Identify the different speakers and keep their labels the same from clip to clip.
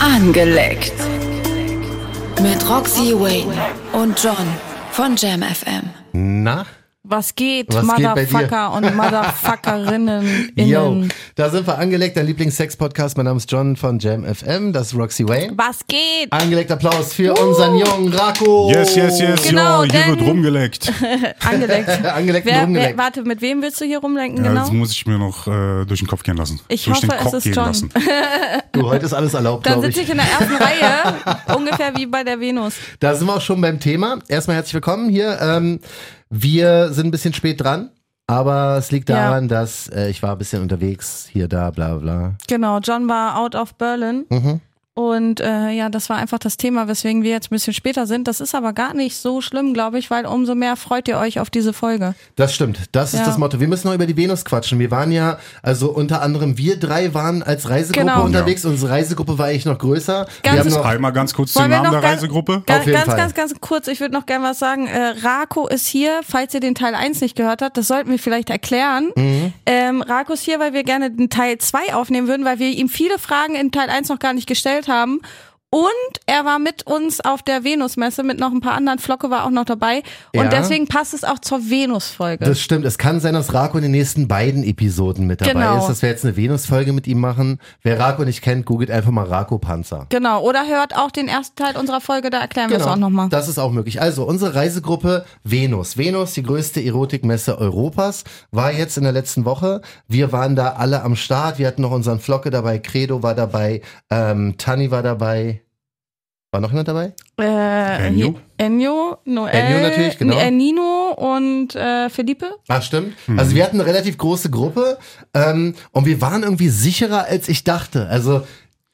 Speaker 1: Angeleckt. Mit Roxy Wayne und John von Jam FM.
Speaker 2: Na?
Speaker 3: Was geht,
Speaker 2: Was geht bei dir?
Speaker 3: Motherfucker und Motherfuckerinnen?
Speaker 2: Yo,
Speaker 3: innen?
Speaker 2: da sind wir angelegt, dein Lieblings-Sex-Podcast. Mein Name ist John von Jam FM, das ist Roxy Wayne.
Speaker 3: Was geht?
Speaker 2: Angelegt Applaus für unseren jungen Rako.
Speaker 4: Yes, yes, yes,
Speaker 3: Genau,
Speaker 4: ja, hier
Speaker 3: denn-
Speaker 4: wird rumgeleckt.
Speaker 3: Angeleckt.
Speaker 2: Angeleckt und
Speaker 3: wer, wer,
Speaker 2: rumgeleckt.
Speaker 3: warte, mit wem willst du hier rumlenken?
Speaker 4: Ja, das
Speaker 3: genau.
Speaker 4: muss ich mir noch äh, durch den Kopf gehen lassen.
Speaker 3: Ich
Speaker 4: durch
Speaker 3: hoffe,
Speaker 4: den
Speaker 3: es
Speaker 4: Kopf
Speaker 3: ist
Speaker 4: gehen
Speaker 3: John.
Speaker 4: lassen.
Speaker 2: Du, heute ist alles erlaubt,
Speaker 3: Dann
Speaker 2: glaube
Speaker 3: sitze ich
Speaker 2: ich.
Speaker 3: in der ersten Reihe, ungefähr wie bei der Venus.
Speaker 2: Da sind wir auch schon beim Thema. Erstmal herzlich willkommen hier. Ähm, wir sind ein bisschen spät dran, aber es liegt
Speaker 3: Ja.
Speaker 2: daran, dass äh, ich war ein bisschen unterwegs, hier, da, bla, bla.
Speaker 3: Genau, John war out of Berlin.
Speaker 2: Mhm.
Speaker 3: Und äh, ja, das war einfach das Thema, weswegen wir jetzt ein bisschen später sind. Das ist aber gar nicht so schlimm, glaube ich, weil umso mehr freut ihr euch auf diese Folge.
Speaker 2: Das stimmt, das ist
Speaker 3: Ja.
Speaker 2: das Motto. Wir müssen noch über die Venus quatschen. Wir waren ja, also unter anderem wir drei waren als Reisegruppe
Speaker 3: Genau.
Speaker 2: unterwegs. Unsere Reisegruppe war eigentlich noch größer. wir
Speaker 3: Ganzes-
Speaker 2: haben noch
Speaker 4: Einmal ganz kurz
Speaker 3: Wollen
Speaker 4: den
Speaker 3: wir
Speaker 4: Namen
Speaker 3: noch
Speaker 4: der
Speaker 3: ganz-
Speaker 4: Reisegruppe.
Speaker 3: Ganz,
Speaker 2: Auf jeden
Speaker 3: ganz,
Speaker 2: Fall.
Speaker 3: ganz, ganz kurz, ich würde noch gerne was sagen. Äh, Rako ist hier, falls ihr den Teil 1 nicht gehört habt, das sollten wir vielleicht erklären.
Speaker 2: Mhm.
Speaker 3: Ähm, Rako ist hier, weil wir gerne den Teil 2 aufnehmen würden, weil wir ihm viele Fragen in Teil 1 noch gar nicht gestellt haben. Und er war mit uns auf der Venusmesse mit noch ein paar anderen. Flocke war auch noch dabei. Und
Speaker 2: Ja.
Speaker 3: deswegen passt es auch zur Venus-Folge.
Speaker 2: Das stimmt. Es kann sein, dass Rako in den nächsten beiden Episoden mit dabei
Speaker 3: Genau.
Speaker 2: ist, dass wir jetzt eine Venus-Folge mit ihm machen. Wer Rako nicht kennt, googelt einfach mal Rako Panzer.
Speaker 3: Genau. Oder hört auch den ersten Teil unserer Folge, da erklären
Speaker 2: Genau.
Speaker 3: wir es auch nochmal.
Speaker 2: das ist auch möglich. Also unsere Reisegruppe Venus. Venus, die größte Erotikmesse Europas, war jetzt in der letzten Woche. Wir waren da alle am Start. Wir hatten noch unseren Flocke dabei, Credo war dabei, ähm, Tani war dabei. War noch jemand dabei?
Speaker 3: Äh,
Speaker 4: Enyo?
Speaker 3: hier- Enyo, Noel,
Speaker 2: Enyo natürlich, genau.
Speaker 3: äh, Nino und äh, Felipe.
Speaker 2: Ah, stimmt.
Speaker 4: Mhm.
Speaker 2: Also wir hatten eine relativ große Gruppe ähm, und wir waren irgendwie sicherer, als ich dachte. Also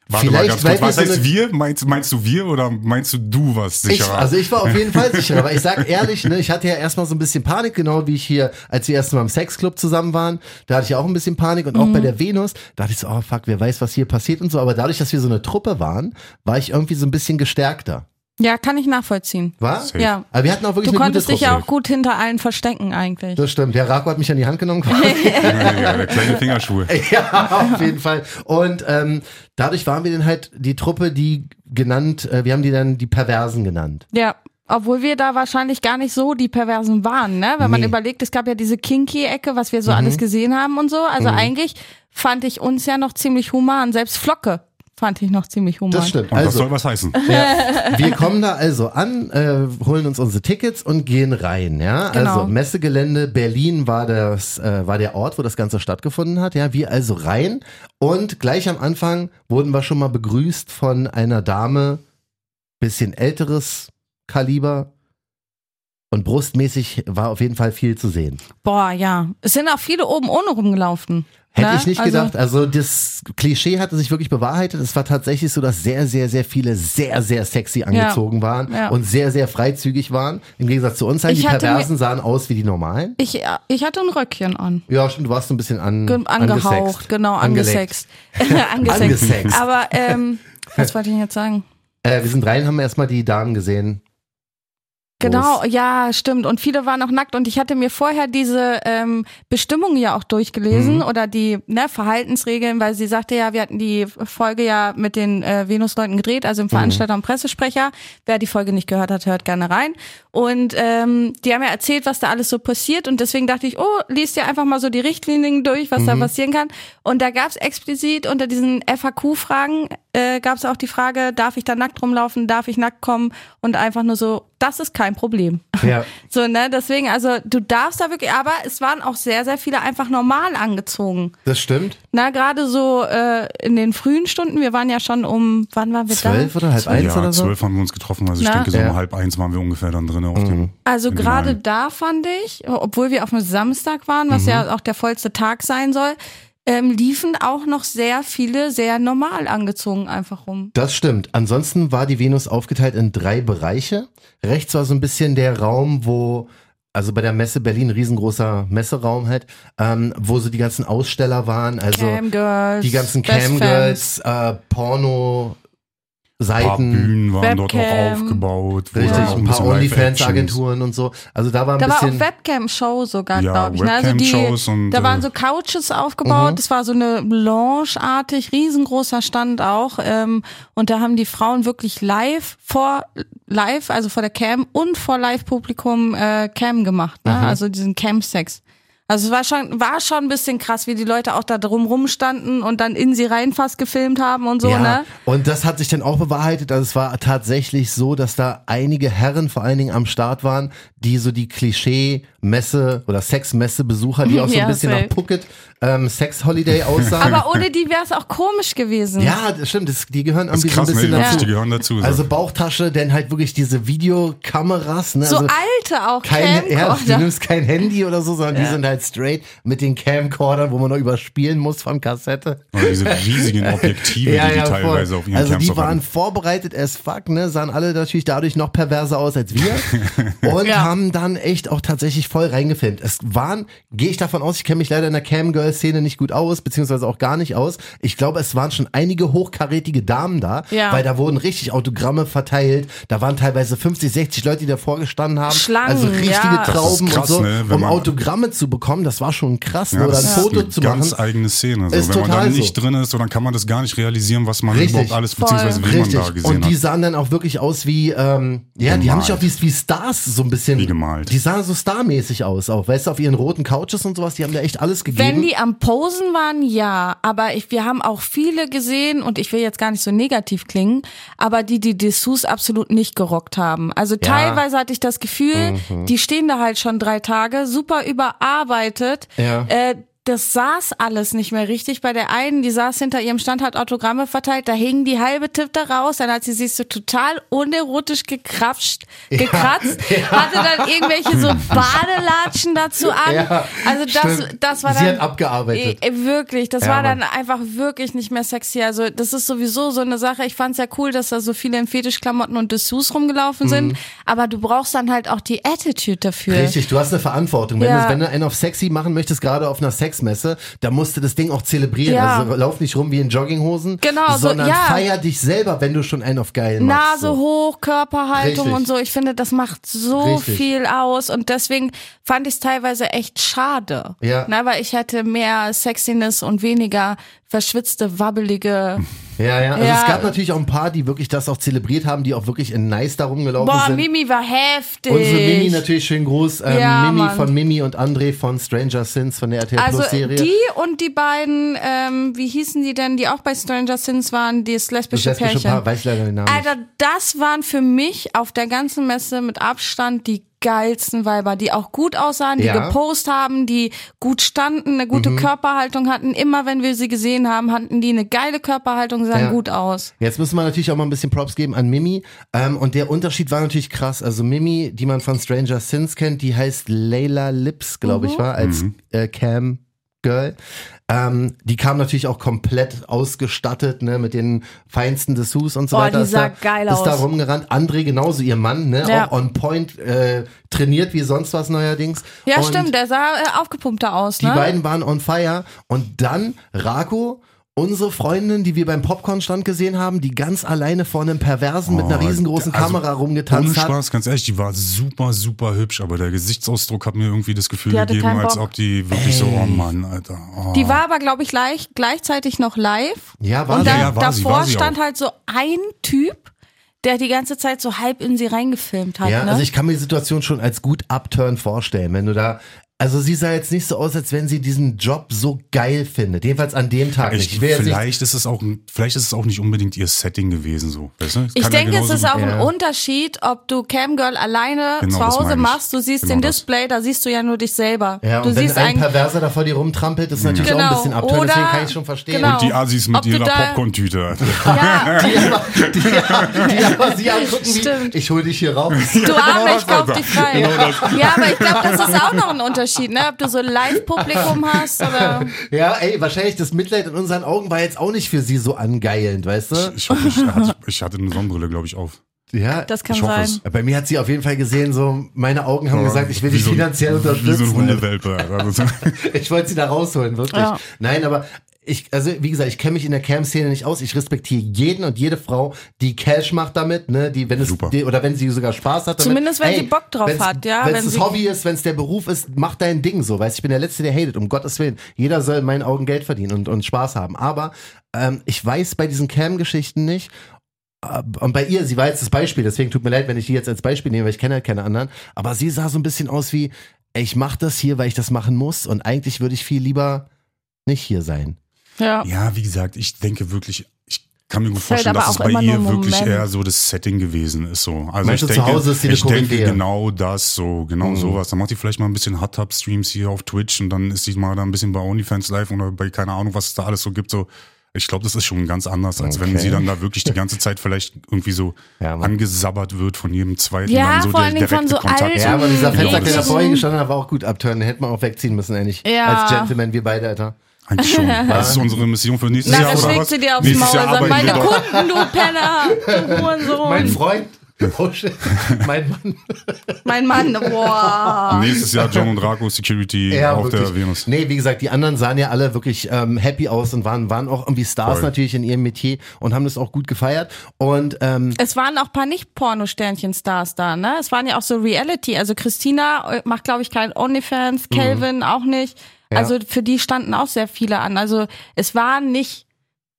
Speaker 4: Warte mal
Speaker 2: vielleicht,
Speaker 4: ganz
Speaker 2: weil
Speaker 4: kurz. Was
Speaker 2: wir so eine-
Speaker 4: heißt wir? Meinst, meinst du wir oder meinst du du was sicherer?
Speaker 2: Ich, also ich war auf jeden Fall sicher, aber ich sag ehrlich, ne, ich hatte ja erstmal so ein bisschen Panik, genau wie ich hier, als wir erst mal im Sexclub zusammen waren, da hatte ich ja auch ein bisschen Panik und
Speaker 3: Mhm.
Speaker 2: auch bei der Venus, da dachte ich so, oh fuck, wer weiß, was hier passiert und so, aber dadurch, dass wir so eine Truppe waren, war ich irgendwie so ein bisschen gestärkter.
Speaker 3: Ja, kann ich nachvollziehen.
Speaker 2: War?
Speaker 4: Safe.
Speaker 3: Ja.
Speaker 2: Aber wir hatten auch Also wirklich
Speaker 3: Du
Speaker 2: eine gute
Speaker 3: konntest
Speaker 2: Truppe.
Speaker 3: dich ja auch gut hinter allen verstecken eigentlich.
Speaker 2: Das stimmt, der Rako hat mich an die Hand genommen.
Speaker 4: ja, ja, der kleine Fingerschuh.
Speaker 2: ja, auf jeden Fall. Und ähm, dadurch waren wir dann halt die Truppe, die genannt, äh, wir haben die dann die Perversen genannt.
Speaker 3: Ja. Obwohl wir da wahrscheinlich gar nicht so die Perversen waren, ne? Wenn man
Speaker 2: Nee. Mhm.
Speaker 3: überlegt, es gab ja diese Kinky-Ecke, was wir so alles gesehen haben und so. Also eigentlich fand ich uns ja noch ziemlich human. Selbst Flocke fand ich noch ziemlich human.
Speaker 2: Das stimmt. Also,
Speaker 4: Und das soll was heißen.
Speaker 2: Ja. Wir kommen da also an, äh, holen uns unsere Tickets und gehen rein. Ja,
Speaker 3: Genau.
Speaker 2: also Messegelände Berlin war das äh, war der Ort, wo das Ganze stattgefunden hat. Ja, wir also rein und gleich am Anfang wurden wir schon mal begrüßt von einer Dame, bisschen älteres Kaliber und brustmäßig war auf jeden Fall viel zu sehen.
Speaker 3: Boah, ja. Es sind auch viele oben ohne rumgelaufen.
Speaker 2: Hätte
Speaker 3: ne?
Speaker 2: ich nicht
Speaker 3: also,
Speaker 2: gedacht. Also das Klischee hatte sich wirklich bewahrheitet. Es war tatsächlich so, dass sehr, sehr, sehr viele sehr, sehr sexy angezogen waren
Speaker 3: Ja.
Speaker 2: und sehr, sehr freizügig waren. Im Gegensatz zu uns, halt,
Speaker 3: Ich
Speaker 2: die
Speaker 3: hatte
Speaker 2: Perversen sahen aus wie die normalen.
Speaker 3: Ich, ich hatte ein Röckchen an.
Speaker 2: Ja, stimmt, du warst so ein bisschen an,
Speaker 3: Ge- angehaucht,
Speaker 2: Hm, angesext.
Speaker 3: genau,
Speaker 2: Angeleckt.
Speaker 3: angesext. angesext.
Speaker 2: Angesext.
Speaker 3: Aber ähm, was wollte ich denn jetzt sagen?
Speaker 2: Äh, wir sind rein, haben erstmal die Damen gesehen.
Speaker 3: Genau, ja, stimmt. Und viele waren auch nackt. Und ich hatte mir vorher diese ähm, Bestimmungen ja auch durchgelesen oder die ne, Verhaltensregeln, weil sie sagte ja, wir hatten die Folge ja mit den äh, Venusleuten gedreht, also im Veranstalter und Pressesprecher. Wer die Folge nicht gehört hat, hört gerne rein. Und ähm, die haben ja erzählt, was da alles so passiert. Und deswegen dachte ich, oh, liest ja einfach mal so die Richtlinien durch, was da passieren kann. Und da gab's explizit unter diesen FAQ-Fragen äh, gab es auch die Frage, darf ich da nackt rumlaufen, darf ich nackt kommen und einfach nur so, das ist kein Problem.
Speaker 2: Ja.
Speaker 3: So, ne, deswegen, also du darfst da wirklich, aber es waren auch sehr, sehr viele einfach normal angezogen.
Speaker 2: Das stimmt.
Speaker 3: Na, gerade so äh, in den frühen Stunden, wir waren ja schon um, wann waren wir
Speaker 2: Zwölf
Speaker 3: da?
Speaker 2: oder halb eins
Speaker 4: ja,
Speaker 2: oder so?
Speaker 4: zwölf haben wir uns getroffen. Also ich
Speaker 3: Na?
Speaker 4: denke, so
Speaker 2: Ja. Mhm.
Speaker 4: um halb eins waren wir ungefähr dann drin. Auf dem
Speaker 3: Also
Speaker 4: im
Speaker 3: gerade
Speaker 4: Finale.
Speaker 3: da fand ich, obwohl wir auf einem Samstag waren, was ja auch der vollste Tag sein soll, ähm, liefen auch noch sehr viele sehr normal angezogen einfach rum.
Speaker 2: Das stimmt. Ansonsten war die Venus aufgeteilt in drei Bereiche. Rechts war so ein bisschen der Raum, wo, also bei der Messe Berlin, riesengroßer Messeraum halt, ähm, wo so die ganzen Aussteller waren, also
Speaker 3: Camgirls,
Speaker 2: die ganzen
Speaker 3: Best Fans.
Speaker 2: Camgirls, äh, Porno,
Speaker 4: Ein paar
Speaker 2: Seiten,
Speaker 4: Bühnen waren dort auch
Speaker 3: Webcam.
Speaker 4: aufgebaut. wo
Speaker 2: richtig,
Speaker 4: dann auch
Speaker 2: ein paar
Speaker 4: bisschen Live-Action
Speaker 2: Onlyfans-Agenturen und so. Also da war ein
Speaker 3: Da war auch
Speaker 2: bisschen.
Speaker 3: Webcam-Show sogar,
Speaker 4: Ja,
Speaker 3: glaube ich. Ne? Also
Speaker 4: Webcam-Shows
Speaker 3: die,
Speaker 4: und,
Speaker 3: da waren
Speaker 4: äh,
Speaker 3: so Couches aufgebaut.
Speaker 2: Mhm.
Speaker 3: Es war so eine Lounge-artig, riesengroßer Stand auch. Ähm, und da haben die Frauen wirklich live vor live, also vor der Cam und vor Live-Publikum äh, Cam gemacht. Ne? Also diesen Cam-Sex. Also es war schon, war schon ein bisschen krass, wie die Leute auch da drum rumstanden und dann in sie rein fast gefilmt haben und so,
Speaker 2: ja,
Speaker 3: ne?
Speaker 2: und das hat sich dann auch bewahrheitet. Also es war tatsächlich so, dass da einige Herren vor allen Dingen am Start waren, die so die Klischee-Messe oder Sex-Messe-Besucher, die auch so ein
Speaker 3: Ja,
Speaker 2: bisschen
Speaker 3: safe.
Speaker 2: nach Phuket ähm, Sex-Holiday aussahen.
Speaker 3: Aber ohne die wäre es auch komisch gewesen.
Speaker 2: ja, das stimmt, das, die gehören
Speaker 4: Das
Speaker 2: irgendwie
Speaker 4: ist
Speaker 2: so ein
Speaker 4: krass, ne?
Speaker 2: bisschen
Speaker 4: Ja.
Speaker 2: dazu.
Speaker 4: Die gehören dazu.
Speaker 2: Also Bauchtasche, denn halt wirklich diese Videokameras, ne?
Speaker 3: So
Speaker 2: also
Speaker 3: alte auch
Speaker 2: keine, ja, du
Speaker 3: Camcorder.
Speaker 2: nimmst kein Handy oder so, sondern die
Speaker 3: Ja.
Speaker 2: sind halt straight mit den Camcordern, wo man noch überspielen muss von Kassette.
Speaker 4: Und diese riesigen Objektive, die die teilweise auf ihren
Speaker 2: also
Speaker 4: Camps
Speaker 2: die
Speaker 4: auch
Speaker 2: waren
Speaker 4: hatten.
Speaker 2: vorbereitet as fuck, ne? Sahen alle natürlich dadurch noch perverser aus als wir. und
Speaker 3: Ja.
Speaker 2: haben dann echt auch tatsächlich voll reingefilmt. Es waren, gehe ich davon aus, ich kenne mich leider in der Camgirl-Szene nicht gut aus, beziehungsweise auch gar nicht aus. Ich glaube, es waren schon einige hochkarätige Damen da,
Speaker 3: Ja.
Speaker 2: weil da wurden richtig Autogramme verteilt. Da waren teilweise 50, 60 Leute, die davor gestanden haben.
Speaker 3: Schlangen,
Speaker 2: also richtige
Speaker 3: ja. Das ist
Speaker 2: Trauben
Speaker 4: krass,
Speaker 2: und so,
Speaker 4: ne? Wenn
Speaker 2: um
Speaker 4: man-
Speaker 2: Autogramme zu bekommen. Das war schon krass,
Speaker 4: Ja,
Speaker 2: oder ein
Speaker 4: das ist
Speaker 2: Foto
Speaker 4: eine
Speaker 2: zu machen.
Speaker 4: ganz eigene Szene.
Speaker 2: Ist
Speaker 4: So. Wenn man da
Speaker 2: total so.
Speaker 4: nicht drin ist, so, dann kann man das gar nicht realisieren, was man
Speaker 2: Richtig.
Speaker 4: überhaupt alles, beziehungsweise wie man
Speaker 2: Richtig.
Speaker 4: da gesehen
Speaker 2: und die
Speaker 4: hat.
Speaker 2: sahen dann auch wirklich aus wie, ähm, ja, die
Speaker 4: Gemalt.
Speaker 2: haben sich auch wie, wie Stars so ein bisschen.
Speaker 4: Wie gemalt.
Speaker 2: Die sahen so starmäßig aus, auch, weißt du, auf ihren roten Couches und sowas, die haben da echt alles gegeben.
Speaker 3: Wenn die am Posen waren, ja. Aber ich, wir haben auch viele gesehen und ich will jetzt gar nicht so negativ klingen, aber die die Dessous absolut nicht gerockt haben. Also teilweise hatte ich das Gefühl,
Speaker 2: Mhm.
Speaker 3: die stehen da halt schon drei Tage, super überarbeitet.
Speaker 2: Ja.
Speaker 3: Äh, das saß alles nicht mehr richtig. Bei der einen, die saß hinter ihrem Stand, hat Autogramme verteilt, da hing die halbe Tipp raus, dann hat sie sich so total unerotisch gekrapscht, gekratzt, hatte dann irgendwelche so Badelatschen dazu an.
Speaker 2: Ja,
Speaker 3: also das,
Speaker 2: stimmt.
Speaker 3: das war
Speaker 2: Sie
Speaker 3: dann
Speaker 2: hat abgearbeitet.
Speaker 3: Äh, äh, wirklich, das
Speaker 2: Ja,
Speaker 3: war dann
Speaker 2: Mann.
Speaker 3: einfach wirklich nicht mehr sexy. Also das ist sowieso so eine Sache. Ich fand's ja cool, dass da so viele in Fetischklamotten und Dessous rumgelaufen sind, aber du brauchst dann halt auch die Attitude dafür.
Speaker 2: Mhm. Richtig, du hast eine Verantwortung. Wenn,
Speaker 3: Ja.
Speaker 2: du, wenn du einen auf sexy machen möchtest, gerade auf einer Sexmesse, dann musst du das Ding auch zelebrieren.
Speaker 3: Ja.
Speaker 2: Also lauf nicht rum wie in Jogginghosen,
Speaker 3: Genau, so,
Speaker 2: sondern
Speaker 3: ja.
Speaker 2: feier dich selber, wenn du schon einen auf geil machst.
Speaker 3: Nase
Speaker 2: so.
Speaker 3: hoch, Körperhaltung
Speaker 2: Richtig.
Speaker 3: und so. Ich finde, das macht so
Speaker 2: Richtig.
Speaker 3: viel aus und deswegen fand ich es teilweise echt schade.
Speaker 2: Ja.
Speaker 3: Na, weil ich hätte mehr Sexiness und weniger verschwitzte, wabbelige.
Speaker 2: Ja, ja. Also
Speaker 3: Ja.
Speaker 2: es gab natürlich auch ein paar, die wirklich das auch zelebriert haben, die auch wirklich in nice da rumgelaufen
Speaker 3: Boah,
Speaker 2: sind.
Speaker 3: Mimi war heftig.
Speaker 2: Unsere Mimi natürlich schönen Gruß. Ähm,
Speaker 3: Ja,
Speaker 2: Mimi
Speaker 3: Mann.
Speaker 2: von Mimi und André von Stranger Sins von der RTL
Speaker 3: also
Speaker 2: Plus Serie.
Speaker 3: die und die beiden, ähm, wie hießen die denn, die auch bei Stranger Things waren, das
Speaker 2: das
Speaker 3: lesbische
Speaker 2: lesbische
Speaker 3: Pärchen. Äh,
Speaker 2: Paar, weiß leider den Namen.
Speaker 3: Alter, das waren für mich auf der ganzen Messe mit Abstand die geilsten Weiber, die auch gut aussahen, die
Speaker 2: Ja. Mhm.
Speaker 3: gepost haben, die gut standen, eine gute Körperhaltung hatten. Immer wenn wir sie gesehen haben, hatten die eine geile Körperhaltung, sahen
Speaker 2: Ja.
Speaker 3: gut aus.
Speaker 2: Jetzt müssen wir natürlich auch mal ein bisschen Props geben an Mimi. Ähm, und der Unterschied war natürlich krass. Also Mimi, die man von Stranger Sins kennt, die heißt Layla Lips, glaube
Speaker 3: Mhm.
Speaker 2: ich, war, als äh, Cam Girl. Ähm, die kam natürlich auch komplett ausgestattet, ne, mit den feinsten Dessous und so
Speaker 3: Oh,
Speaker 2: weiter.
Speaker 3: die
Speaker 2: Ist
Speaker 3: sah
Speaker 2: da,
Speaker 3: geil
Speaker 2: ist da
Speaker 3: aus.
Speaker 2: rumgerannt. André genauso, ihr Mann, ne,
Speaker 3: Ja.
Speaker 2: auch on point, äh, trainiert wie sonst was neuerdings.
Speaker 3: Ja,
Speaker 2: und
Speaker 3: stimmt, der sah äh, aufgepumpter aus,
Speaker 2: Die
Speaker 3: ne?
Speaker 2: beiden waren on fire. Und dann Rako, unsere Freundin, die wir beim Popcorn-Stand gesehen haben, die ganz alleine vor einem Perversen mit einer
Speaker 4: Oh,
Speaker 2: riesengroßen
Speaker 4: also
Speaker 2: Kamera
Speaker 4: Ohne
Speaker 2: rumgetanzt hat.
Speaker 4: Spaß, ganz ehrlich, die war super, super hübsch, aber der Gesichtsausdruck hat mir irgendwie das Gefühl
Speaker 3: Die hatte
Speaker 4: gegeben,
Speaker 3: keinen
Speaker 4: als
Speaker 3: Bock.
Speaker 4: ob die wirklich so, oh Mann, Alter. Oh.
Speaker 3: Die war aber, glaube ich, gleich, gleichzeitig noch live.
Speaker 2: Ja, war
Speaker 3: Und
Speaker 2: sie.
Speaker 3: da,
Speaker 4: ja, war sie,
Speaker 3: davor
Speaker 4: war sie auch.
Speaker 3: stand halt so ein Typ, der die ganze Zeit so halb in sie reingefilmt hat.
Speaker 2: Ja,
Speaker 3: ne?
Speaker 2: also ich kann mir die Situation schon als gut Upturn vorstellen, wenn du da. Also sie sah jetzt nicht so aus, als wenn sie diesen Job so geil findet. Jedenfalls an dem Tag nicht.
Speaker 4: ich,
Speaker 2: Ich will jetzt nicht
Speaker 4: vielleicht, ist es auch, ein- vielleicht ist es auch nicht unbedingt ihr Setting gewesen, so. Weißt du? Es
Speaker 3: Ich
Speaker 4: kann ja
Speaker 3: denke, es
Speaker 4: genauso
Speaker 3: ist
Speaker 4: gut-
Speaker 3: auch ein
Speaker 2: Ja.
Speaker 3: Unterschied, ob du Camgirl alleine
Speaker 4: Genau,
Speaker 3: zu
Speaker 4: das meine
Speaker 3: Hause
Speaker 4: ich.
Speaker 3: machst. Du siehst
Speaker 4: Genau
Speaker 3: den
Speaker 4: das.
Speaker 3: Display, da siehst du ja nur dich selber.
Speaker 2: ja,
Speaker 3: du
Speaker 2: und wenn
Speaker 3: siehst
Speaker 2: ein
Speaker 3: eigentlich-
Speaker 2: Perverser da vor dir rumtrampelt, ist natürlich auch ein
Speaker 3: Genau,
Speaker 2: bisschen Upturn,
Speaker 3: oder-
Speaker 2: deswegen kann ich schon verstehen.
Speaker 3: genau.
Speaker 4: Und die Assis mit
Speaker 3: Ob du
Speaker 4: ihrer
Speaker 3: da-
Speaker 4: Popcorn-Tüte. Alter.
Speaker 3: ja,
Speaker 2: Die, aber- die, die aber sie angucken
Speaker 3: Stimmt.
Speaker 2: wie, ich hol dich hier raus.
Speaker 3: du Arme, ich kauf
Speaker 4: genau das genau
Speaker 3: dich frei. ja, aber ich glaube, das ist auch noch ein Unterschied, ne? Ob du so Live-Publikum hast oder.
Speaker 2: Ja, ey, wahrscheinlich das Mitleid in unseren Augen war jetzt auch nicht für sie so angeilend, weißt du?
Speaker 4: Ich, hoffe, ich, hatte, ich hatte eine Sonnenbrille, glaube ich, auf.
Speaker 2: Ja.
Speaker 3: Das kann
Speaker 4: Ich hoffe
Speaker 3: sein.
Speaker 4: es.
Speaker 2: bei mir hat sie auf jeden Fall gesehen, so meine Augen haben gesagt, ich will
Speaker 4: Wie
Speaker 2: dich
Speaker 4: so ein-
Speaker 2: finanziell
Speaker 4: Wie so ein
Speaker 2: unterstützen.
Speaker 4: Hundewelpe. Alter. Also,
Speaker 2: ich wollte sie da rausholen, wirklich.
Speaker 3: Ja.
Speaker 2: Nein, aber ich, also wie gesagt, ich kenne mich in der Cam-Szene nicht aus. Ich respektiere jeden und jede Frau, die Cash macht damit, ne, die, wenn es,
Speaker 4: Super.
Speaker 2: die, oder wenn sie sogar Spaß hat. Damit,
Speaker 3: Zumindest, wenn sie Bock drauf
Speaker 2: wenn's-
Speaker 3: hat, ja,
Speaker 2: Wenn's
Speaker 3: wenn
Speaker 2: das
Speaker 3: sie-
Speaker 2: Hobby ist, wenn es der Beruf ist, mach dein Ding so. Weißt, ich bin der Letzte, der hatet. Um Gottes Willen, jeder soll in meinen Augen Geld verdienen und und Spaß haben. Aber ähm, ich weiß bei diesen Cam-Geschichten nicht. äh, Und bei ihr, sie war jetzt das Beispiel, deswegen tut mir leid, wenn ich die jetzt als Beispiel nehme, weil ich kenne halt keine anderen. Aber sie sah so ein bisschen aus wie, ey, ich mache das hier, weil ich das machen muss und eigentlich würde ich viel lieber nicht hier sein.
Speaker 3: Ja.
Speaker 4: Ja, wie gesagt, ich denke wirklich, ich kann mir gut
Speaker 3: Fällt
Speaker 4: vorstellen,
Speaker 3: aber
Speaker 4: dass es
Speaker 3: auch
Speaker 4: bei
Speaker 3: immer
Speaker 4: ihr
Speaker 3: nur im
Speaker 4: wirklich
Speaker 3: Moment.
Speaker 4: eher so das Setting gewesen ist. So. Also
Speaker 2: Meinst
Speaker 4: ich
Speaker 2: du, zu
Speaker 4: denke,
Speaker 2: Hause ist sie eine
Speaker 4: ich denke
Speaker 2: Koryphäe?
Speaker 4: genau das, so genau
Speaker 2: Mhm.
Speaker 4: sowas. Dann macht die vielleicht mal ein bisschen Hot Tub Streams hier auf Twitch und dann ist sie mal da ein bisschen bei OnlyFans live oder bei keine Ahnung, was es da alles so gibt. So, ich glaube, das ist schon ganz anders, als wenn
Speaker 2: Okay.
Speaker 4: sie dann da wirklich die ganze Zeit vielleicht irgendwie so
Speaker 2: Ja, Mann.
Speaker 4: angesabbert wird von jedem zweiten.
Speaker 3: Ja,
Speaker 4: dann so
Speaker 3: vor
Speaker 4: der
Speaker 3: allen Dingen von
Speaker 4: direkte
Speaker 3: so
Speaker 4: Kontakt.
Speaker 3: alten-
Speaker 2: Ja, aber dieser
Speaker 4: Ich glaube,
Speaker 2: Fenster, der da
Speaker 4: das-
Speaker 2: vorher gestanden hat, war auch gut abturnen. Hätte man auch wegziehen müssen, eigentlich.
Speaker 3: Ja.
Speaker 2: Als Gentleman, wir beide, Alter.
Speaker 4: Eigentlich schon. Das ist unsere Mission für nächstes Jahr
Speaker 3: Nachher
Speaker 4: oder
Speaker 3: schlägt
Speaker 4: was?
Speaker 3: sie dir aufs
Speaker 4: Nächstes
Speaker 3: Maul
Speaker 4: Jahr
Speaker 3: und sagt,
Speaker 4: arbeiten
Speaker 3: meine
Speaker 4: wir doch.
Speaker 3: Kunden, du Penner, du Hurensohn.
Speaker 2: Mein
Speaker 3: Mein,
Speaker 2: Freund. Oh shit. Mein Mann.
Speaker 3: Mann, boah.
Speaker 4: Nächstes Jahr John und Draco Security auf der Venus.
Speaker 2: Nee, wie gesagt, die anderen sahen ja alle wirklich ähm, happy aus und waren, waren auch irgendwie Stars
Speaker 4: Voll.
Speaker 2: natürlich in ihrem Metier und haben das auch gut gefeiert. Und ähm,
Speaker 3: Es waren auch ein paar Nicht-Porno-Sternchen-Stars da, ne? Es waren ja auch so Reality. Also Christina äh, macht, glaube ich, kein
Speaker 2: Mhm.
Speaker 3: Onlyfans, Calvin auch nicht. Also für die standen auch sehr viele an. Also es war nicht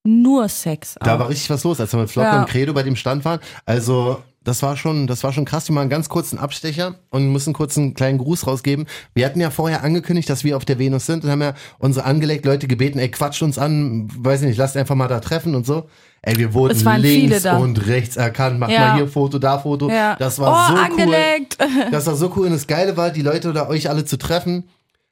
Speaker 3: nur Sex.
Speaker 2: da
Speaker 3: auch.
Speaker 2: war richtig was los, als wir mit Flocke
Speaker 3: Ah. Ja.
Speaker 2: und Credo bei dem Stand waren. Also. Das war schon, das war schon krass. Wir machen einen ganz kurzen Abstecher und müssen kurz einen kleinen Gruß rausgeben. Wir hatten ja vorher angekündigt, dass wir auf der Venus sind und haben ja unsere angelegt Leute gebeten, ey, quatscht uns an, weiß ich nicht, lasst einfach mal da treffen und so. Ey, wir wurden
Speaker 3: Es waren viele
Speaker 2: links
Speaker 3: da.
Speaker 2: und rechts erkannt. Macht
Speaker 3: Ja.
Speaker 2: mal hier Foto, da Foto.
Speaker 3: ja.
Speaker 2: Das war
Speaker 3: oh,
Speaker 2: so cool.
Speaker 3: angelegt.
Speaker 2: Das war so cool und das Geile war, die Leute oder euch alle zu treffen.